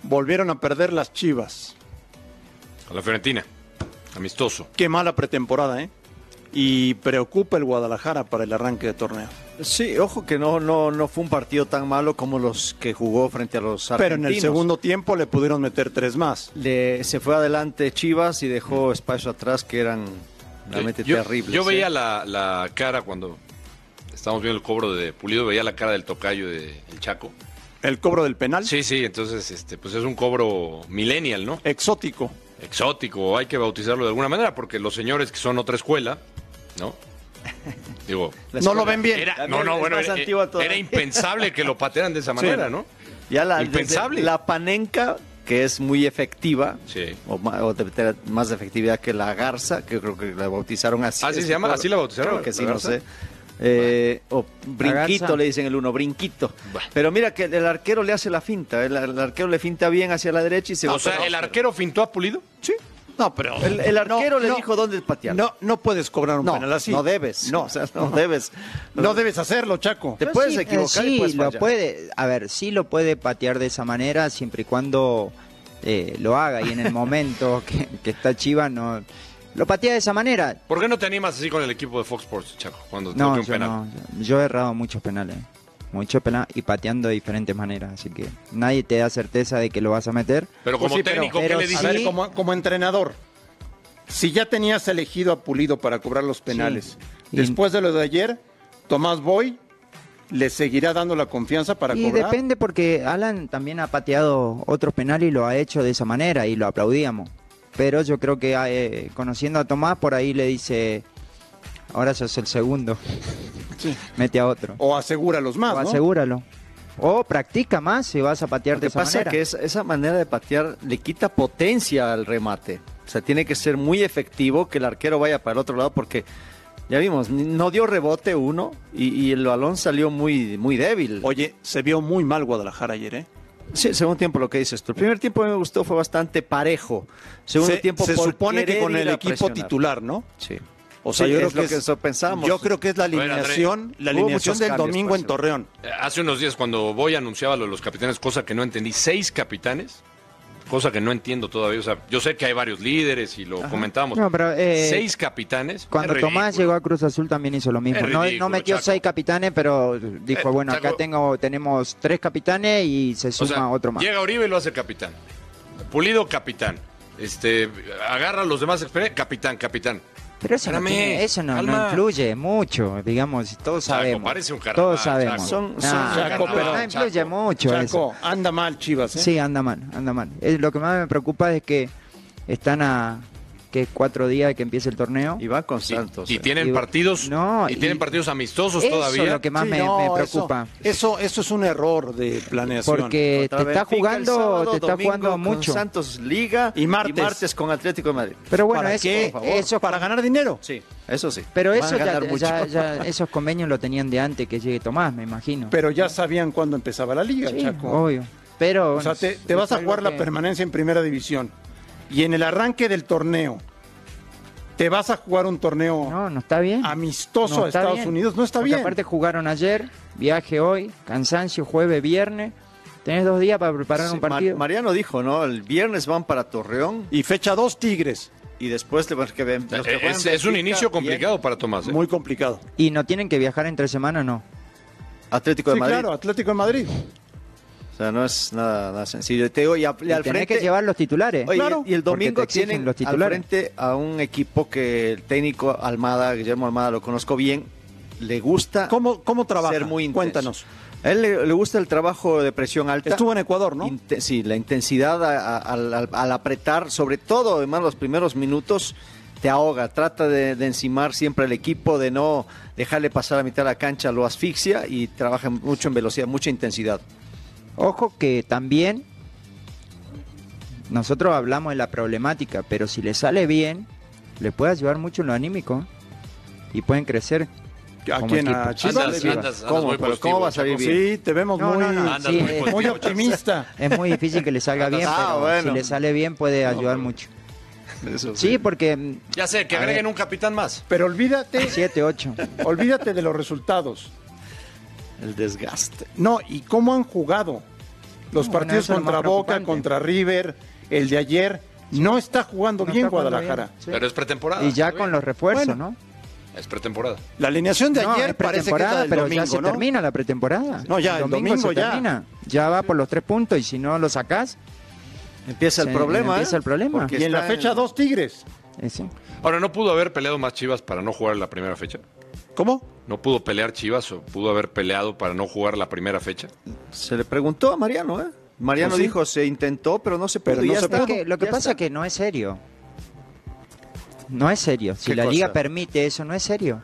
Volvieron a perder las Chivas.
A la Fiorentina. Amistoso.
Qué mala pretemporada, ¿eh? Y preocupa el Guadalajara para el arranque de torneo.
Sí, ojo que no, no, no fue un partido tan malo como los que jugó frente a los argentinos.
Pero en el segundo tiempo le pudieron meter tres más.
Le- se fue adelante Chivas y dejó espacio atrás que eran realmente
yo,
terribles.
Yo
¿eh?
veía la, la cara cuando estábamos viendo el cobro de Pulido, veía la cara del tocayo de el Chaco.
El cobro del penal,
Sí, sí, entonces este, pues es un cobro millennial, ¿no?
exótico.
Exótico, hay que bautizarlo de alguna manera, porque los señores que son otra escuela, ¿no? Digo,
La
no
escuela.
lo ven bien.
era, no, no,
Es
bueno,
más
era,
antigua todavía.
era impensable que lo patearan de esa manera, ¿no?
Ya la, desde
Impensable.
La panenca, que es muy efectiva,
Sí.
o, ma- o de- de- más efectividad que la garza, que creo que la bautizaron así.
¿Ah, sí
Es
se llama?
que-
¿Así la bautizaron,
Creo que
la
sí, no
garza?
sé. Eh, o brinquito
garza.
le dicen el uno, brinquito.
Bueno.
Pero mira que el arquero le hace la finta, el, el arquero le finta bien hacia la derecha y se
O
bota
sea,
la-
el arquero fintó a Pulido.
No, pero.
El, el arquero
No,
le
no,
dijo dónde patear.
No, no puedes cobrar un
no,
penal así.
no debes.
No,
o sea, no debes.
no debes hacerlo, Chaco.
Te
Pero
puedes
sí, eh,
equivocar y
sí,
puedes
lo
fallar.
puede. A ver, sí lo puede patear de esa manera siempre y cuando eh, lo haga. Y en el momento que, que está Chivas, no. Lo patea de esa manera.
¿Por qué no te animas así con el equipo de Fox Sports, Chaco, cuando te
No,
toque un
yo,
penal?
no, yo- yo he errado muchos penales. Muchos penales y pateando de diferentes maneras. Así que nadie te da certeza de que lo vas a meter.
Pero como
Pues sí, pero-
técnico,
pero
¿qué le
sí-
A
dices?
ver, como, como entrenador, si ya tenías elegido a Pulido para cobrar los penales, después de lo de ayer, Tomás Boy le seguirá dando la confianza para
Y
cobrar.
depende porque Alan también ha pateado otros penales y lo ha hecho de esa manera y lo aplaudíamos. Pero yo creo que eh, conociendo a Tomás por ahí le dice, ahora sos el segundo, mete a otro.
O asegura los más,
O
¿no?
asegúralo. O practica más si vas a patear
Lo
de
que
esa
pasa
manera.
que es, esa manera de patear le quita potencia al remate. O sea, tiene que ser muy efectivo que el arquero vaya para el otro lado porque ya vimos, ni- no dio rebote uno y, y el balón salió muy, muy débil.
Oye, se vio muy mal Guadalajara ayer, ¿eh?
Sí, segundo tiempo lo que dices tú. El primer tiempo me gustó, fue bastante parejo. Segundo
se,
tiempo
se
por
supone que
querer
con
ir
el
a
equipo
presionar.
titular, ¿no?
Sí.
O sea,
Sí,
yo
es
creo
lo
que
que eso pensamos.
Yo creo que es la
Bueno, André,
alineación, la
hubo
alineación
muchos
del
cambios,
domingo
por
en
cierto.
Torreón.
Hace unos días cuando Boy anunciaba lo de los capitanes, cosa que no entendí, seis capitanes, cosa que no entiendo todavía. O sea, yo sé que hay varios líderes y lo comentábamos.
No, pero, eh,
seis capitanes.
Cuando
es
Tomás
ridículo.
llegó a Cruz Azul también hizo lo mismo.
Es
No- no,
ridículo,
metió
Chaco.
seis capitanes, pero dijo,
Eh,
bueno, acá
Chaco.
tengo, tenemos tres capitanes y se
O
suma
sea,
otro más.
Llega Oribe y lo hace capitán. Pulido, capitán. Este, agarra a los demás, exper- capitán, capitán.
Pero eso, no,
Espérame,
tiene- eso no, no
calma.
influye mucho, digamos, todos
Chaco,
sabemos.
parece un carnaval,
todos sabemos.
Chaco.
Son-
Nah,
son-
Ah, Chaco,
no,
pero-
no influye
Chaco.
mucho eso.
Chaco, anda mal Chivas, ¿eh?
Sí, anda mal, anda mal. Eh, lo que más me preocupa es que están a que cuatro días de que empiece el torneo.
Y va con
Y-
Santos.
Y,
eh.
tienen
Y-
partidos
no,
y,
y-
tienen partidos amistosos
eso
todavía.
es lo que más
Sí,
me,
no,
me
eso-
preocupa.
Eso, eso es un error de planeación.
Porque
Contra
te está
Benfica el
jugando,
sábado,
te está
domingo
jugando
con
mucho.
Santos Liga
Y martes.
con Atlético de Madrid.
Pero bueno,
¿Para
eso,
qué?
eso
para ganar dinero.
Sí, eso sí.
Pero
Van
eso
a
ya,
ganar mucho.
ya- ya- esos convenios lo tenían de antes que llegue Tomás, me imagino.
Pero ya sabían cuándo empezaba la liga,
Sí,
Chaco.
obvio. Pero
O sea,
bueno,
te, te
es
vas a
algo
jugar la
que-
permanencia en primera división. Y en el arranque del torneo, te vas a jugar un torneo
No, no está bien.
amistoso
No
a
está
Estados
bien.
Unidos. No está
Porque
bien.
aparte jugaron ayer, viaje hoy, cansancio jueves, viernes. Tenés dos días para preparar
Sí,
un
Mar-
partido.
Mariano dijo, ¿no? El viernes van para Torreón
Y fecha 2, Tigres.
y después le van que ven. los que juegan
Eh, Es, es un
Benfica,
inicio complicado
bien,
para Tomás. ¿eh?
Muy complicado.
y no tienen que viajar entre semana, no.
Atlético de
Sí,
Madrid.
claro, Atlético de Madrid.
O sea, no es nada, nada sencillo. Y Te digo, y, a- y
Y
al
tenés
frente.
que llevar los titulares.
Oye,
Claro.
y el
Porque te
domingo
exigen
tienen
los
al
titulares.
frente a un equipo que el técnico Almada, Guillermo Almada, lo conozco bien, le gusta
¿Cómo, cómo trabaja?
ser muy intenso.
Cuéntanos.
A él le, le gusta el trabajo de presión alta.
Estuvo en Ecuador, ¿no?
Inte- sí, la intensidad a- a- al, al- al apretar, sobre todo, además, los primeros minutos, te ahoga. Trata de, de encimar siempre al equipo, de no dejarle pasar a mitad de la cancha, lo asfixia y trabaja mucho en velocidad, mucha intensidad.
Ojo que también nosotros hablamos de la problemática, pero si le sale bien, le puede ayudar mucho en lo anímico ¿eh? y pueden crecer.
¿A
como
quién?
equipo.
¿A Chivas?
Andas,
Sí.
andas, andas
¿Cómo?
muy
Pero
positivo,
¿cómo vas a
Chaco.
vivir?
Sí, te vemos
No,
muy,
no, no,
Andas
sí,
muy
es-
positivo,
muy
Chaco.
optimista.
Es muy difícil que le salga bien,
Ah,
pero
bueno.
si le sale bien puede ayudar mucho. Sí, porque mm,
Ya sé, que
A
agreguen
ver.
un capitán más.
Pero olvídate,
siete, ocho.
olvídate de los resultados.
El desgaste.
No, y cómo han jugado los
No, bueno,
partidos
eso es lo
contra
más
Boca,
preocupante.
contra River, el de ayer. No está jugando
No
bien
está jugando
Guadalajara.
bien, sí.
Pero es pretemporada.
Y ya
está
con
bien.
los refuerzos,
Bueno,
¿no?
Es pretemporada.
La alineación de
No,
ayer
es
parece que es la
pretemporada,
del
pero
domingo,
ya se
¿no?
termina la pretemporada.
No, ya, el domingo
se
ya.
termina. Ya va por los tres puntos y si no lo sacás,
Empieza el
Se-
problema.
empieza
¿eh?
el problema.
Porque
Y en la
está
fecha dos Tigres.
eh, sí.
Ahora, ¿no pudo haber peleado más Chivas para no jugar la primera fecha?
¿Cómo?
¿No pudo pelear Chivas o pudo haber peleado para no jugar la primera fecha?
Se le preguntó a Mariano, ¿eh? Mariano
Pues sí.
dijo, se intentó, pero no se pudo.
Pero
y
no
ya
se
está.
Es que lo que
Ya
pasa
está.
es que no es serio. No es serio. Si
¿Qué
la liga
cosa?
permite eso, no es serio.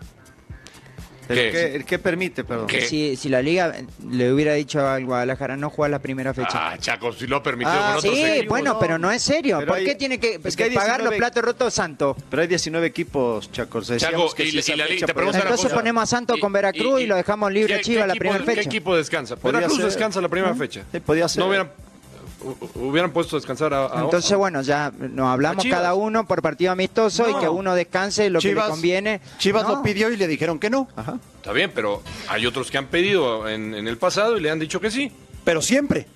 ¿El
¿Qué?
qué, el qué permite, perdón?
¿Qué?
Si, si la liga eh, le hubiera dicho al Guadalajara no jugar la primera fecha.
Ah, Chaco, si lo permitió
Ah,
con otros
sí,
equipos.
bueno,
no.
pero no es serio.
Pero
¿Por
hay-
qué tiene que,
es que hay
pagar los
19
platos rotos Santo?
Pero hay 19 equipos, Chaco.
Chaco, y, y la liga, te pregunto una
Entonces
cosa.
ponemos a Santos con Veracruz y lo dejamos libre a
¿Qué-
Chivas
qué
Ah, la
equipo-
primera
¿Qué
fecha?
equipo descansa?
Podría
Veracruz
ser.
descansa la primera fecha.
Sí, podía ser.
No hubieran, hu- hubieran puesto a descansar a,
Ah,
a-
Entonces, bueno, ya nos hablamos
A Chivas.
cada uno por partido amistoso y
No.
que uno descanse lo que
Chivas,
le conviene.
Chivas
No.
lo pidió y le dijeron que no.
Está bien, pero hay otros que han pedido en, en el pasado y le han dicho que sí. Pues,
Pero siempre.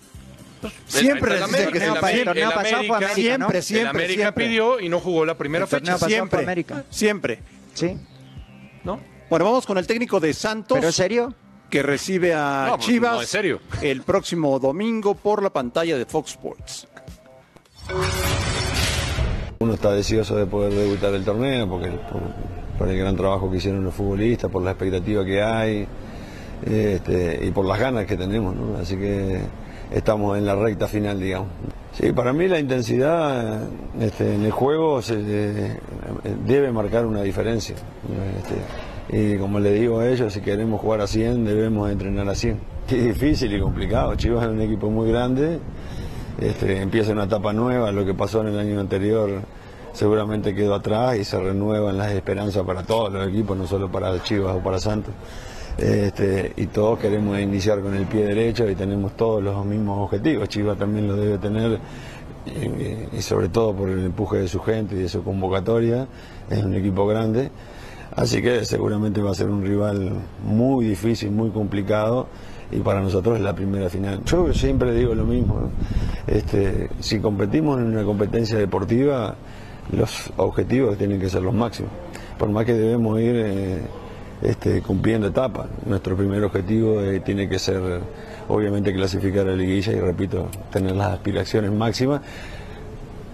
Siempre
El- el América- el
les dicen que no, para el
América-
torneo
el
pasado fue
América-
América, ¿no?
Siempre, siempre,
El América
siempre.
pidió y no jugó la primera
El torneo
fecha.
pasado fue
siempre.
América.
Siempre.
Sí.
¿No?
Bueno, vamos con el técnico de Santos.
¿Pero es serio?
que recibe a
No, pues,
Chivas
no, en serio.
el próximo domingo por la pantalla de Fox Sports.
está deseoso de poder debutar el torneo porque, por, por el gran trabajo que hicieron los futbolistas, por la expectativa que hay este, y por las ganas que tenemos. ¿no? Así que estamos en la recta final, digamos. Sí, para mí la intensidad este, en el juego se, eh, debe marcar una diferencia. Este, y como le digo a ellos, si queremos jugar a 100, debemos entrenar a 100. Es difícil y complicado. Chivas es un equipo muy grande, este, empieza una etapa nueva, lo que pasó en el año anterior seguramente quedó atrás y se renuevan las esperanzas para todos los equipos, no solo para Chivas o para Santos. Este, y todos queremos iniciar con el pie derecho y tenemos todos los mismos objetivos. Chivas también lo debe tener y, y, sobre todo por el empuje de su gente y de su convocatoria. Es un equipo grande, así que seguramente va a ser un rival muy difícil, muy complicado y para nosotros es la primera final. Yo siempre digo lo mismo, ¿no? este, si competimos en una competencia deportiva, los objetivos tienen que ser los máximos, por más que debemos ir... Eh, este, cumpliendo etapas. Nuestro primer objetivo eh, tiene que ser, obviamente, clasificar a la liguilla y, repito, tener las aspiraciones máximas.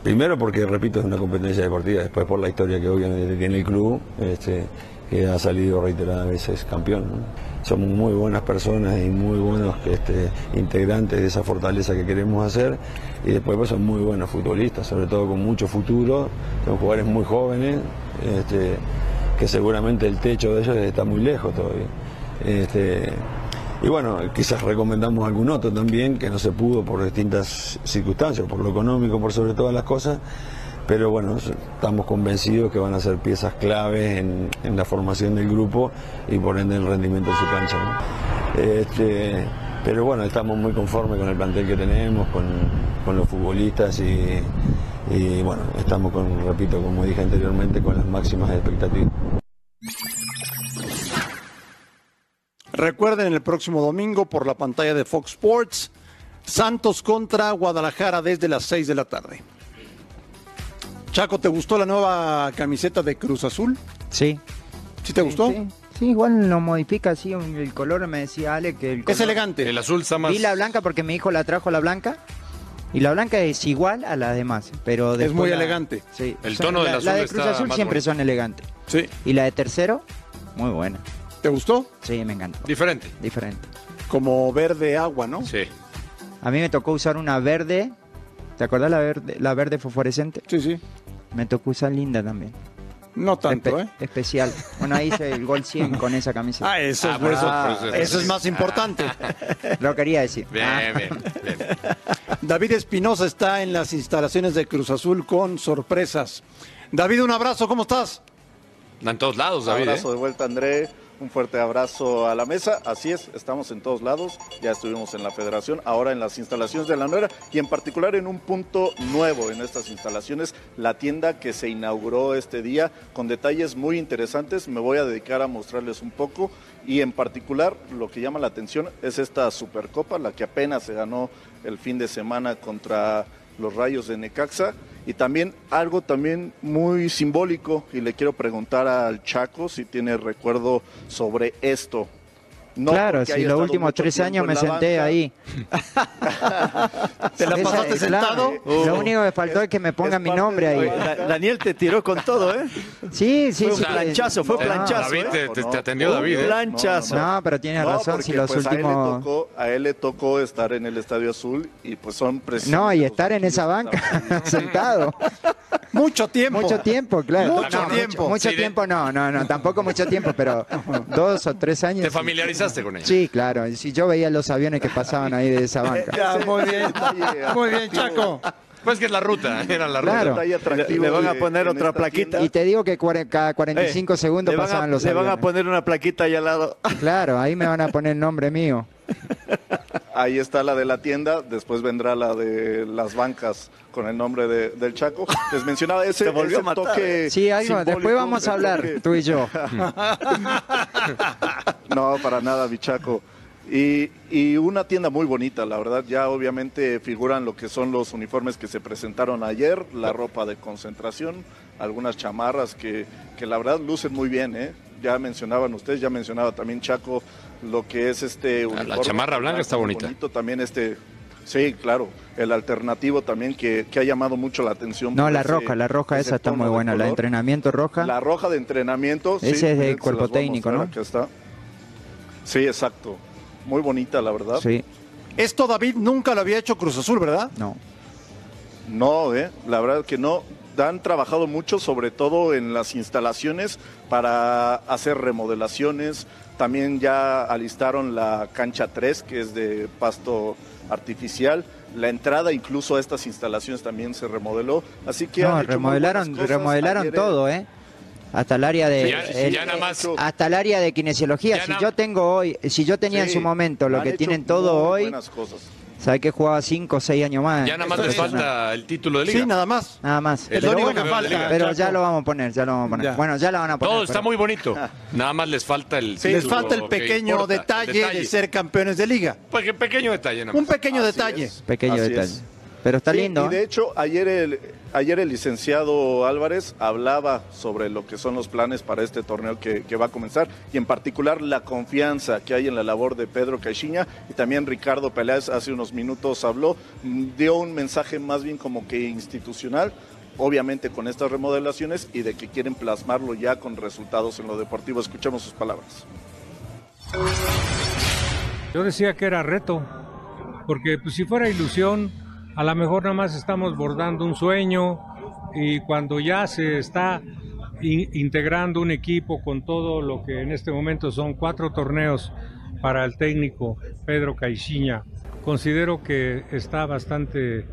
Primero porque, repito, es una competencia deportiva, después por la historia que obviamente tiene el club, este, que ha salido reiteradas veces campeón. ¿no? Somos muy buenas personas y muy buenos este, integrantes de esa fortaleza que queremos hacer y después pues, son muy buenos futbolistas, sobre todo con mucho futuro, son jugadores muy jóvenes que seguramente el techo de ellos está muy lejos todavía. Este, y bueno, quizás recomendamos algún otro también que no se pudo por distintas circunstancias, por lo económico, por sobre todas las cosas, pero bueno, estamos convencidos que van a ser piezas claves en, en la formación del grupo y por ende el rendimiento de su cancha. ¿no? Este, pero bueno, estamos muy conformes con el plantel que tenemos, con, con los futbolistas y, y bueno, estamos con, repito, como dije anteriormente, con las máximas expectativas.
Recuerden el próximo domingo por la pantalla de Fox Sports, Santos contra Guadalajara desde las 6 de la tarde. Chaco, ¿te gustó la nueva camiseta de Cruz Azul?
Sí.
¿Sí te gustó?
Sí, sí igual lo modifica así el color, me decía Ale que el color...
Es elegante.
El azul está más...
Vi la blanca porque mi hijo la trajo la blanca. Y la blanca es igual a las demás, pero
es muy
la,
elegante.
Sí,
el son, tono de
la,
azul
la de Cruz
está
Azul
más
siempre
bonito.
son elegantes.
Sí.
Y la de tercero, muy buena.
¿Te gustó?
Sí, me encanta.
Diferente.
Diferente.
Como verde agua, ¿no?
Sí.
A mí me tocó usar una verde. ¿Te acordás la verde, la verde fosforescente?
Sí, sí.
Me tocó usar linda también.
No tanto,
Espe-
¿eh?
Especial. Bueno, ahí hice el gol 100 con esa camiseta.
Ah, eso,
Ah,
es,
por
eso-
eso- por eso- Ah.
eso es más importante.
Lo quería decir. Ah.
Bien, bien, bien.
David Espinosa está en las instalaciones de Cruz Azul con sorpresas. David, un abrazo, ¿cómo estás?
En todos lados, David. ¿eh?
abrazo de vuelta, André. Un fuerte abrazo a la mesa. Así es, estamos en todos lados. Ya estuvimos en la federación, ahora en las instalaciones de la nuera y en particular en un punto nuevo en estas instalaciones, la tienda que se inauguró este día con detalles muy interesantes. Me voy a dedicar a mostrarles un poco y en particular lo que llama la atención es esta Supercopa, la que apenas se ganó el fin de semana contra los Rayos de Necaxa y también algo también muy simbólico y le quiero preguntar al Chaco si tiene recuerdo sobre esto. No
claro, si
porque haya
los
estado
últimos
mucho
tres
tiempo
años
en
me
la
senté
banca.
ahí.
¿Te la
Esa-
pasaste
eh,
sentado?
claro, Lo único que faltó es que me pongan mi
Uh. parte
nombre
de-
ahí.
Oye,
Da- Daniel te tiró con todo, ¿eh?
Sí, sí,
Fue un
sí.
planchazo, fue
No,
planchazo. ¿eh?
David, te, te- te atendió
No,
David, ¿eh?
Planchazo.
No, pero tienes
No,
razón, si
porque,
los
pues, a él, le
últimos...
tocó, a él le tocó estar en el Estadio Azul y pues son precisamente
No, y
los
estar en
equipos
esa
que estaban ahí.
banca, sentado.
Mucho tiempo.
Mucho tiempo, claro.
Mucho
No,
tiempo.
Mucho, mucho
Sí, de-
tiempo, no, no, no, tampoco mucho tiempo, pero dos o tres años.
¿Te familiarizaste con ella?
Sí, claro. y Si yo veía los aviones que pasaban ahí de esa banca.
Ya, muy bien.
Detalle
Muy bien,
atractivo,
Chaco.
Pues que es la ruta, era la ruta.
Claro.
detalle atractivo
Le- le van a
de-
poner
en
otra
esta
plaquita.
tienda.
Y te digo que cuare- cada 45
Eh,
segundos
le van a-
pasaban los
Le
aviones.
van a poner una plaquita ahí al lado.
Claro, ahí me van a poner el nombre mío.
Ahí está la de la tienda, después vendrá la de las bancas con el nombre de- del Chaco. Les mencionaba ese,
Te volvió
ese
a matar. eh.
toque.
Sí, ahí va,
simbólico,
después vamos a
el
hablar,
toque-
tú y yo.
No, para nada, Bichaco. Y, y una tienda muy bonita, la verdad. Ya obviamente figuran lo que son los uniformes que se presentaron ayer, la ropa de concentración, algunas chamarras que, que la verdad lucen muy bien, ¿eh? Ya mencionaban ustedes, ya mencionaba también Chaco lo que es este uniforme.
chamarra blanca está
Muy
bonita.
Bonito, también este Sí, claro. El alternativo también que, que ha llamado mucho la atención.
No,
por
la
ese-
roja, la roja
ese
esa está
tono
muy
de
buena, la de
color.
entrenamiento roja.
La roja de entrenamiento. sí,
Ese es
miren,
del
se
cuerpo
las voy a
técnico,
mostrar,
¿no?
Aquí está. Sí, exacto. Muy bonita, la verdad.
Sí.
Esto David nunca lo había hecho Cruz Azul, ¿verdad?
No.
No, eh, la verdad que no. Han trabajado mucho, sobre todo en las instalaciones, para hacer remodelaciones. También ya alistaron la cancha 3, que es de pasto artificial. La entrada incluso a estas instalaciones también se remodeló. Así que...
No,
han hecho muy
remodelaron,
buenas cosas.
remodelaron
Ayer, eh,
todo, ¿eh? Hasta el área de
Sí, ya-
el-
ya nada más.
hasta el área de kinesiología.
Ya
si
na-
yo tengo hoy, si yo tenía en
sí,
su momento lo
han
que
hecho
tienen todo
muy
hoy,
buenas cosas.
sabe que jugaba 5 o 6 años más.
Ya nada más
Esto
les
Ah, es una-
falta el título de liga.
Sí,
nada más.
Nada más.
El
pero
único
bueno,
campeón de liga,
pero
Chaco.
ya lo vamos a poner, ya lo vamos a poner.
Ya.
Bueno, ya la van a poner.
Todo está muy bonito. Nada más les falta el.
Sí, les
título
falta el
que
pequeño
importa,
detalle, de
detalle.
ser campeones de liga.
Pe- pequeño detalle, nada más.
Un pequeño detalle.
Pequeño
Así
detalle.
es.
Pero está
Sí,
lindo.
Y de
¿eh?
hecho, ayer el, ayer el licenciado Álvarez hablaba sobre lo que son los planes para este torneo que, que va a comenzar y en particular la confianza que hay en la labor de Pedro Caixinha y también Ricardo Peláez hace unos minutos habló, mm, dio un mensaje más bien como que institucional. Obviamente con estas remodelaciones y de que quieren plasmarlo ya con resultados en lo deportivo. Escuchemos sus palabras.
Yo decía que era reto, porque pues, si fuera ilusión, a lo mejor nada más estamos bordando un sueño y cuando ya se está in- integrando un equipo con todo lo que en este momento son cuatro torneos para el técnico Pedro Caixinha, considero que está bastante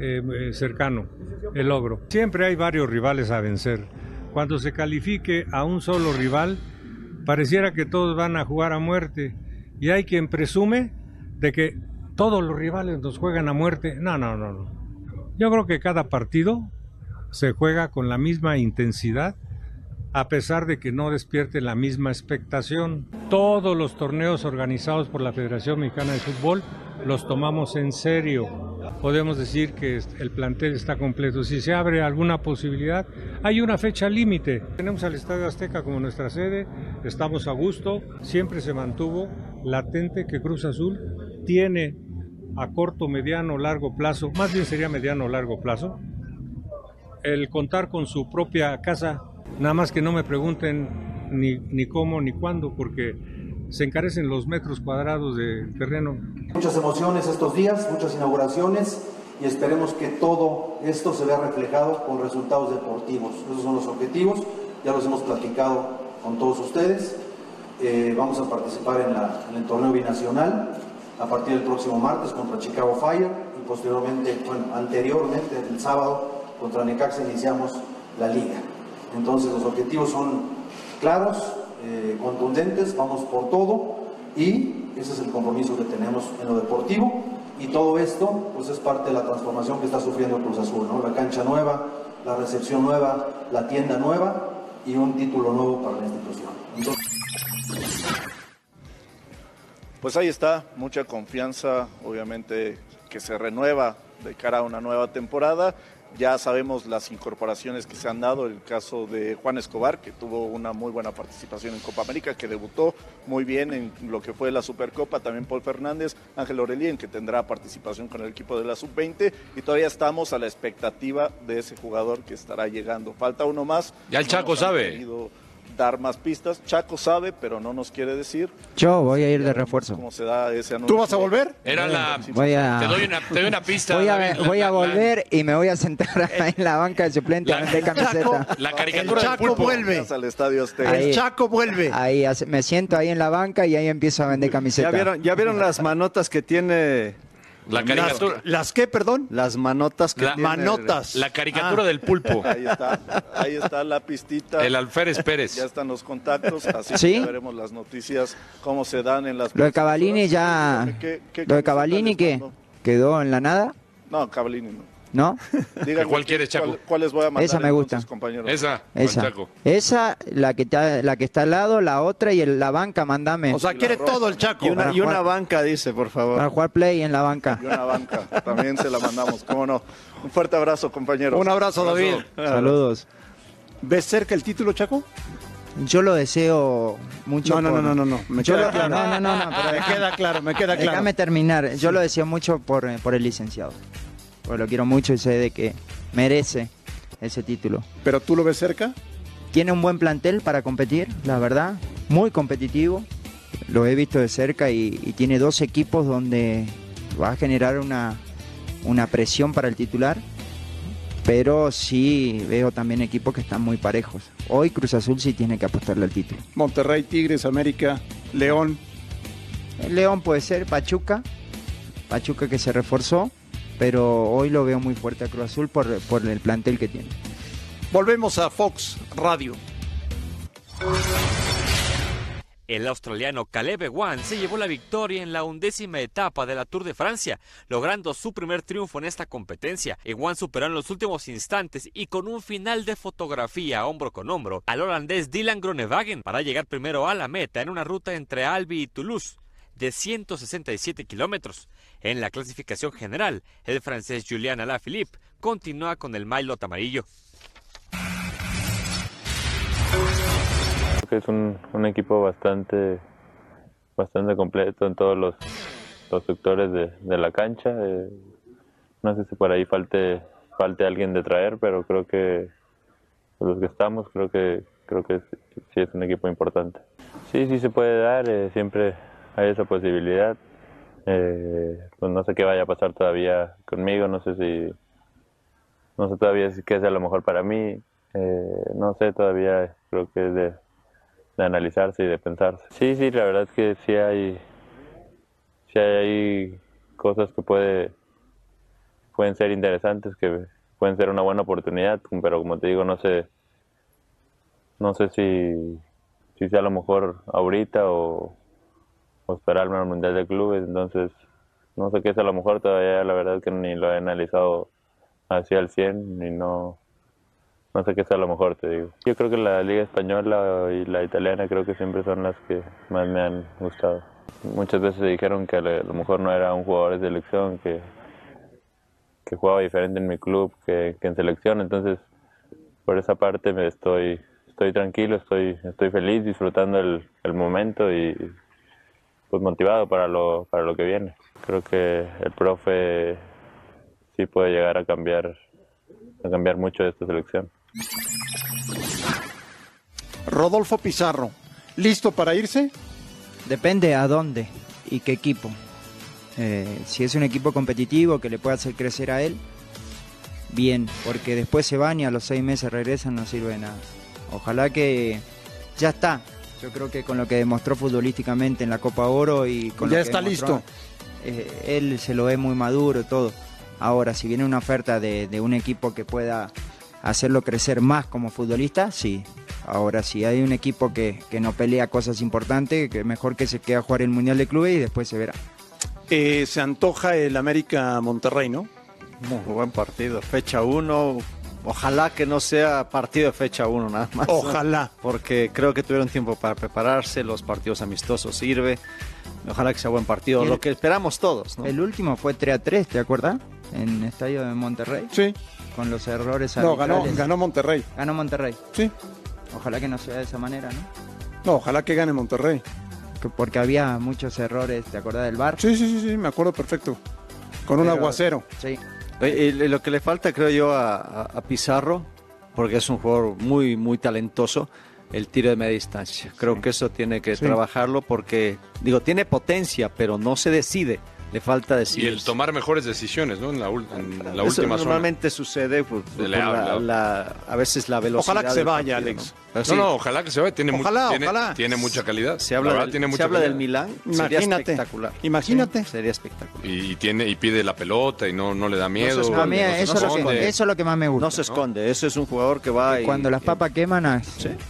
eh, cercano el logro. Siempre hay varios rivales a vencer. Cuando se califique a un solo rival, pareciera que todos van a jugar a muerte. Y hay quien presume de que todos los rivales nos juegan a muerte. No, no, no, no. Yo creo que cada partido se juega con la misma intensidad, a pesar de que no despierte la misma expectación. Todos los torneos organizados por la Federación Mexicana de Fútbol los tomamos en serio. Podemos decir que est- el plantel está completo. Si se abre alguna posibilidad, hay una fecha límite. Tenemos al Estadio Azteca como nuestra sede, estamos a gusto. Siempre se mantuvo latente que Cruz Azul tiene a corto, mediano, largo plazo, más bien sería mediano o largo plazo, el contar con su propia casa. Nada más que no me pregunten ni, ni cómo ni cuándo, porque se encarecen los metros cuadrados de terreno.
Muchas emociones estos días, muchas inauguraciones y esperemos que todo esto se vea reflejado con resultados deportivos. Esos son los objetivos, ya los hemos platicado con todos ustedes. Eh, vamos a participar en, la- en el torneo binacional a partir del próximo martes contra Chicago Fire y posteriormente, bueno, anteriormente, el sábado contra Necaxa iniciamos la liga. Entonces los objetivos son claros, eh, contundentes, vamos por todo y ese es el compromiso que tenemos en lo deportivo y todo esto pues es parte de la transformación que está sufriendo Cruz Azul, ¿no? La cancha nueva, la recepción nueva, la tienda nueva y un título nuevo para la institución. Entonces-
Pues ahí está, mucha confianza, obviamente que se renueva de cara a una nueva temporada. Ya sabemos las incorporaciones que se han dado, el caso de Juan Escobar, que tuvo una muy buena participación en Copa América, que debutó muy bien en lo que fue la Supercopa, también Paul Fernández, Ángel Orelien, que tendrá participación con el equipo de la Sub-20, y todavía estamos a la expectativa de ese jugador que estará llegando. Falta uno más.
Ya el Chaco
nos han
sabe.
querido Dar más pistas. Chaco sabe, pero no nos quiere decir
Yo voy a ir de refuerzo.
cómo se da ese anuncio.
vas a volver?
Era la.
Voy a-
Te, doy una, te doy una pista.
Voy a,
David. La-
voy a
la-
volver y me voy a sentar en la banca de suplente a vender camiseta.
La
caricatura El del Chaco pulpo. vuelve.
Al estadio Azteca.
Ahí.
Chaco vuelve.
Ahí hace- me siento ahí en la banca y ahí empiezo a vender
¿Ya
camisetas.
vieron, ya vieron las manotas que tiene...
La caricatura.
¿Las,
qué, perdón?
Las manotas que
La,
tiene...
La
Ah.
caricatura del pulpo.
Ah. Ahí está, ahí está la pistita.
El Alférez Pérez.
Ya están los contactos, así
¿Sí?
que ya veremos las noticias, cómo se dan en las...
Lo de Cavalini ya.
¿Qué- qué
Lo de
camiseta
Cavalini
les
que
mando?
quedó en la nada,
No, Cavalini no.
¿no?
Díganme
¿Cuál
qué-
quieres, Chaco?
cuál- ¿Cuáles voy a mandar
Esa me gusta.
entonces, compañeros?
Esa.
Esa. Esa, la que, está, la que está al lado, la otra y el- la banca, mandame.
Y una,
Para
y una
jugar-
banca, dice, por favor.
Para jugar play en la banca.
Y una banca, también se la mandamos, cómo no. Un fuerte abrazo, compañeros.
Un abrazo, David.
Saludos.
¿Ves cerca el título, Chaco?
Yo lo deseo mucho.
No, no,
por-
no, no, no, no, me
¿eh? Yo
queda
lo-
claro.
No, no, no, no, pero
Me
déjame-
queda claro, me queda claro.
Déjame terminar. Yo lo deseo mucho por, eh, por el licenciado. Porque lo quiero mucho y sé de que merece ese título.
¿Pero tú lo ves cerca?
Tiene un buen plantel para competir, la verdad. Muy competitivo. Lo he visto de cerca y, y tiene dos equipos donde va a generar una, una presión para el titular. Pero sí veo también equipos que están muy parejos. Hoy Cruz Azul sí tiene que apostarle al título.
Monterrey, Tigres, América, León.
León puede ser, Pachuca. Pachuca que se reforzó, pero hoy lo veo muy fuerte a Cruz Azul por, por el plantel que tiene.
Volvemos a Fox Radio.
El australiano Caleb Ewan se llevó la victoria en la undécima etapa de la Tour de Francia, logrando su primer triunfo en esta competencia. Ewan superó en los últimos instantes y con un final de fotografía hombro con hombro al holandés Dylan Groenewegen para llegar primero a la meta en una ruta entre Albi y Toulouse de 167 kilómetros. En la clasificación general, el francés Julian Alaphilippe continúa con el maillot amarillo.
Creo que es un, un equipo bastante, bastante completo en todos los, los sectores de, de la cancha. Eh, no sé si por ahí falte, falte alguien de traer, pero creo que los que estamos, creo que, creo que sí- sí es un equipo importante. Sí, sí se puede dar, eh, siempre hay esa posibilidad. Eh, pues no sé qué vaya a pasar todavía conmigo, no sé si, no sé todavía si- qué sea lo mejor para mí, eh, no sé todavía, creo que es de, de analizarse y de pensarse. Sí, sí, la verdad es que sí hay, sí hay cosas que puede, pueden ser interesantes, que pueden ser una buena oportunidad, pero como te digo, no sé, no sé si, si sea a lo mejor ahorita o, o esperarme al Mundial de Clubes, entonces no sé qué es a lo mejor todavía, la verdad que ni lo he analizado así al 100 y no, no sé qué es a lo mejor, te digo. Yo creo que la liga española y la italiana creo que siempre son las que más me han gustado. Muchas veces dijeron que a lo mejor no era un jugador de selección, que, que jugaba diferente en mi club que, que en selección, entonces por esa parte me estoy, estoy tranquilo, estoy, estoy feliz disfrutando el, el momento y pues motivado para lo, para lo que viene. Creo que el profe sí puede llegar a cambiar, a cambiar mucho de esta selección.
Rodolfo Pizarro, ¿listo para irse?
Depende a dónde y qué equipo. Eh, si es un equipo competitivo que le pueda hacer crecer a él, bien, porque después se van y a los seis meses regresan, no sirve de nada. Ojalá que ya está. Yo creo que con lo que demostró futbolísticamente en la Copa Oro y con
Ya
lo que
está
demostró,
listo.
eh, él se lo ve muy maduro, todo. Ahora, si viene una oferta de, de un equipo que pueda hacerlo crecer más como futbolista, sí. Ahora, si hay un equipo que, que no pelea cosas importantes, que mejor que se quede a jugar el Mundial de Clubes y después se verá.
Eh, se antoja el América Monterrey, ¿no?
Muy buen partido. Fecha 1. Ojalá que no sea partido de fecha 1 nada más. ¿no?
Ojalá.
Porque creo que tuvieron tiempo para prepararse. Los partidos amistosos sirve. Ojalá que sea buen partido.
El-
Lo que esperamos todos. ¿no?
El último fue 3 a 3, ¿te acuerdas? En el estadio de Monterrey.
Sí.
Con los errores
No, ganó,
arbitrales.
ganó Monterrey.
Ganó Monterrey.
Sí.
Ojalá que no sea de esa manera, ¿no?
No, ojalá que gane Monterrey.
Que- Porque había muchos errores, ¿te acordás del bar?
Sí, sí, sí, sí, me acuerdo perfecto. Con un aguacero.
Sí.
Oye, y lo que Eh, le falta, creo yo, a, a- a Pizarro, porque es un jugador muy, muy talentoso, el tiro de media distancia. Creo que eso tiene que
Sí.
trabajarlo porque, digo, tiene potencia, pero no se decide. Le falta
Y
decidir.
el tomar mejores decisiones, ¿no? En la, ul- en la
Eso
última zona.
normalmente sucede por, por
La-
la-
la-
la- a veces la velocidad.
Ojalá que se
del
vaya,
partido,
Alex.
¿no?
No,
Pero sí,
no, ojalá que se vaya. Tiene, mu-
Ojalá,
tiene,
ojalá.
tiene mucha calidad.
Se habla,
La verdad,
del,
tiene
se
mucha
habla del
calidad.
Milán. Sería
Imagínate,
espectacular.
imagínate.
Sí, sería espectacular.
Y, y tiene, y pide la pelota y no, no le da miedo.
No se
A mí
no se
eso, es lo
esconde.
que, eso es lo que más me gusta.
No se esconde. Eso es un jugador que va y.
Cuando las papas queman, ah,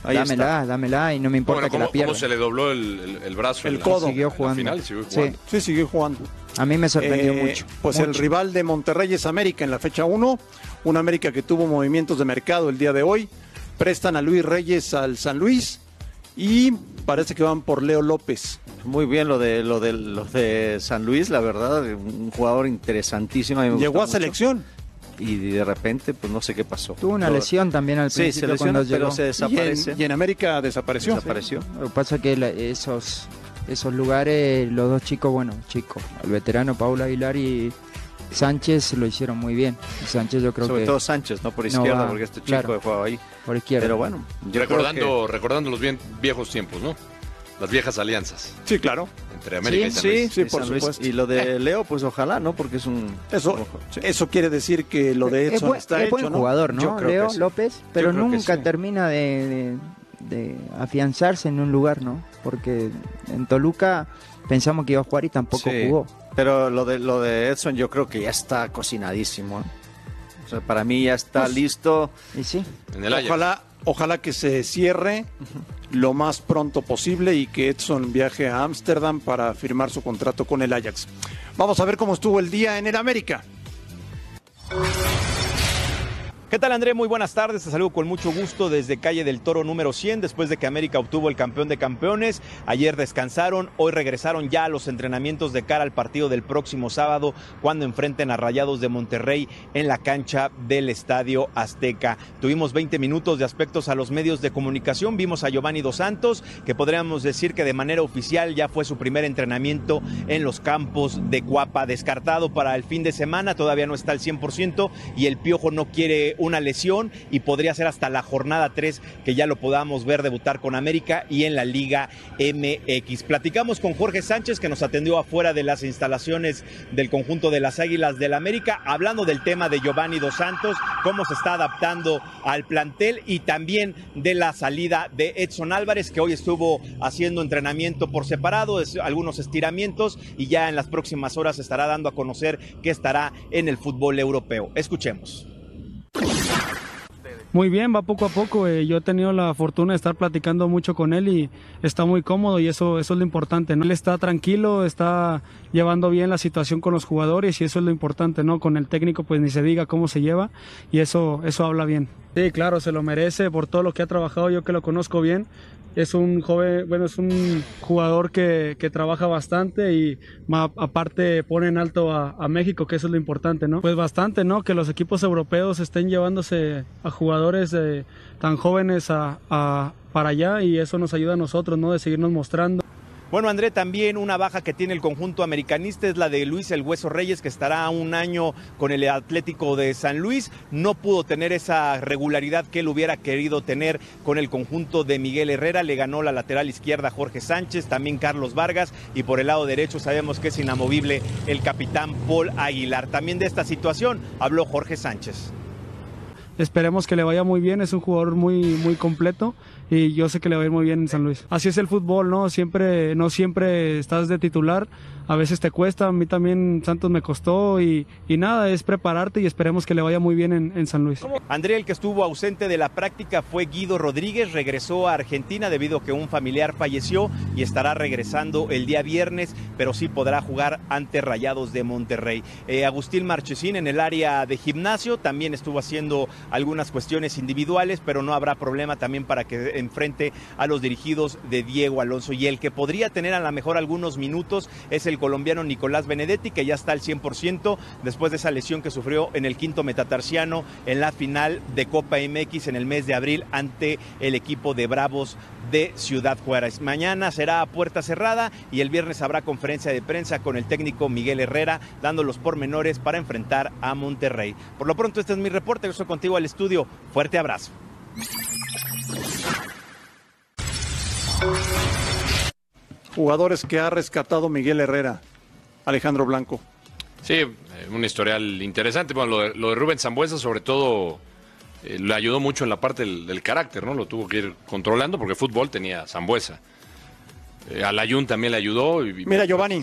ahí
dámela,
está.
dámela y no me importa
Bueno,
que la
¿cómo,
pierda.
cómo se le dobló el, el- el brazo?
El
en la-
codo.
en la
Siguió jugando.
final, siguió
Sí.
jugando.
Sí, siguió jugando.
A mí me sorprendió
Eh,
mucho.
Pues el
mucho.
rival de Monterrey es América en la fecha 1. Una América que tuvo movimientos de mercado el día de hoy. Prestan a Luis Reyes al San Luis. Y parece que van por Leo López.
Muy bien lo de lo de los de San Luis, la verdad, un jugador interesantísimo. a mí me
Llegó
gustó mucho.
a selección.
y de repente, pues no sé qué pasó.
Tuvo una
Lo-
lesión también al
Sí, se
principio
lesiona,
cuando
pero
llegó.
se desaparece.
en América desapareció.
Desapareció.
Lo que pasa es que la- esos, esos lugares, los dos chicos, bueno, chicos, el veterano Paula Aguilar y Sánchez lo hicieron muy bien. Y Sánchez yo creo
Sobre
que...
todo Sánchez, ¿no? Por
no
izquierda,
va,
porque este chico
claro,
jugaba ahí.
Por izquierda.
Pero bueno, yo
recordando, recordando los bien, viejos tiempos, ¿no? Las viejas alianzas.
Sí, claro.
Entre América y San Luis. Eh,
de San Luis. Y lo de Leo, pues ojalá, ¿no? Porque es un...
Eh. Eso, eso quiere decir que lo de
Es
Edson
buen-
está
es
hecho,
buen
¿no?
jugador, ¿no?
Yo creo
Leo
que sí.
López, pero nunca termina de, de- de afianzarse en un lugar, ¿no? Porque en Toluca pensamos que iba a jugar y tampoco
Sí,
jugó.
Pero lo de, lo de Edson yo creo que ya está cocinadísimo. ¿eh? O sea, para mí ya está
Pues-
listo.
Y sí.
ojalá, ojalá que se cierre lo más pronto posible y que Edson viaje a Ámsterdam para firmar su contrato con el Ajax. Vamos a ver cómo estuvo el día en el América.
¿Qué tal André? Muy buenas tardes, te saludo con mucho gusto desde Calle del Toro número 100, después de que América obtuvo el campeón de campeones, ayer descansaron, hoy regresaron ya a los entrenamientos de cara al partido del próximo sábado, cuando enfrenten a Rayados de Monterrey en la cancha del Estadio Azteca. Tuvimos 20 minutos de aspectos a los medios de comunicación, vimos a Giovanni Dos Santos, que podríamos decir que de manera oficial ya fue su primer entrenamiento en los campos de Cuapa, descartado para el fin de semana, todavía no está al 100% y el Piojo no quiere una lesión y podría ser hasta la jornada 3 que ya lo podamos ver debutar con América y en la Liga MX. Platicamos con Jorge Sánchez que nos atendió afuera de las instalaciones del conjunto de las Águilas del América, hablando del tema de Giovanni Dos Santos, cómo se está adaptando al plantel y también de la salida de Edson Álvarez que hoy estuvo haciendo entrenamiento por separado, es- algunos estiramientos y ya en las próximas horas estará dando a conocer que estará en el fútbol europeo. Escuchemos.
Muy bien, va poco a poco. eh, yo he tenido la fortuna de estar platicando mucho con él y está muy cómodo y eso, eso es lo importante. ¿no? Él está tranquilo, está llevando bien la situación con los jugadores y eso es lo importante, ¿no? Con el técnico pues ni se diga cómo se lleva y eso, eso habla bien. Sí, claro, se lo merece por todo lo que ha trabajado, yo que lo conozco bien. Es un joven, bueno, es un jugador que, que trabaja bastante y ma- aparte pone en alto a, a México, que eso es lo importante, ¿no? Pues bastante, ¿no? Que los equipos europeos estén llevándose a jugadores eh, tan jóvenes a- a- para allá y eso nos ayuda a nosotros, ¿no? De seguirnos mostrando.
Bueno, André, también una baja que tiene el conjunto americanista es la de Luis El Hueso Reyes, que estará un año con el Atlético de San Luis. No pudo tener esa regularidad que él hubiera querido tener con el conjunto de Miguel Herrera. Le ganó la lateral izquierda a Jorge Sánchez, también Carlos Vargas. Y por el lado derecho sabemos que es inamovible el capitán Paul Aguilar. También de esta situación habló Jorge Sánchez.
Esperemos que le vaya muy bien, es un jugador muy, muy completo y yo sé que le va a ir muy bien en San Luis. Así es el fútbol, ¿no? Siempre, no siempre estás de titular, a veces te cuesta, a mí también Santos me costó y, y nada, es prepararte y esperemos que le vaya muy bien en, en San Luis.
André, el que estuvo ausente de la práctica fue Guido Rodríguez, regresó a Argentina debido a que un familiar falleció y estará regresando el día viernes, pero sí podrá jugar ante Rayados de Monterrey. Eh, Agustín Marchesín en el área de gimnasio también estuvo haciendo algunas cuestiones individuales, pero no habrá problema también para que enfrente a los dirigidos de Diego Alonso. Y el que podría tener a lo mejor algunos minutos es el colombiano Nicolás Benedetti, que ya está al 100% después de esa lesión que sufrió en el quinto metatarsiano en la final de Copa MX en el mes de abril ante el equipo de Bravos de Ciudad Juárez. Mañana será a puerta cerrada y el viernes habrá conferencia de prensa con el técnico Miguel Herrera dando los pormenores para enfrentar a Monterrey. Por lo pronto este es mi reporte, yo soy contigo al estudio. Fuerte abrazo.
Jugadores que ha rescatado Miguel Herrera, Alejandro Blanco.
Sí, eh, un historial interesante. Bueno, lo de, lo de Rubén Zambuesa, sobre todo, eh, le ayudó mucho en la parte del, del carácter, ¿no? Lo tuvo que ir controlando porque fútbol tenía Zambuesa. Eh, al Ayun también le ayudó. y- y-
Mira, Giovanni.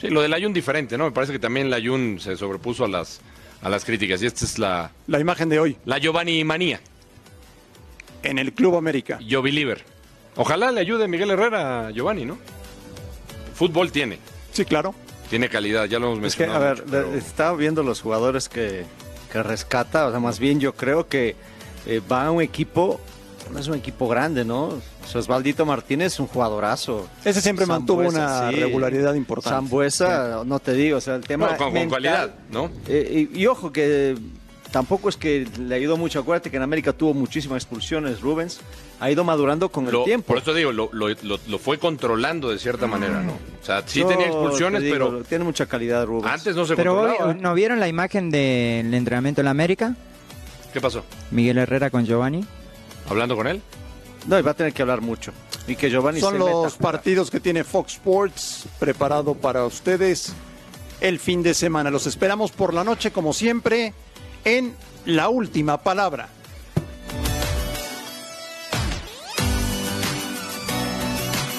sí, lo del Ayun diferente, ¿no? Me parece que también el Ayun se sobrepuso a las, a las críticas. Y esta es la,
La imagen de hoy.
la Giovanni Manía.
En el Club América.
Yo believer. Ojalá le ayude Miguel Herrera a Giovanni, ¿no? Fútbol tiene.
Sí, claro.
Tiene calidad, ya lo hemos
Es que,
mencionado.
a ver,
mucho.
de- estaba viendo los jugadores que, que rescata, o sea, más bien yo creo que eh, va a un equipo Es un equipo grande, ¿no? Osvaldito Martínez es un jugadorazo.
Ese siempre mantuvo
Sambuesa,
una
sí.
regularidad importante.
Sambuesa, no te digo, o sea, el tema.
No, con- con
cualidad, ¿no?
Eh, y, y ojo que tampoco es que le ayudó mucho. Acuérdate que en América tuvo muchísimas expulsiones, Rubens. Ha ido madurando con el
Lo-
tiempo.
por eso digo, lo, lo- lo- lo fue controlando de
Ah.
cierta manera, ¿no? O sea, sí
Yo
tenía expulsiones,
te digo,
pero
Tiene mucha calidad, Rubens.
antes no se
Pero hoy,
¿eh?
controlaba.
¿no vieron la imagen del entrenamiento en la América?
¿Qué pasó?
Miguel Herrera con Giovanni.
¿Hablando con él?
No, y va a tener que hablar mucho. Y que Giovanni
Son
se
los
meta.
partidos que tiene Fox Sports preparado para ustedes el fin de semana. Los esperamos por la noche, como siempre, en La Última Palabra.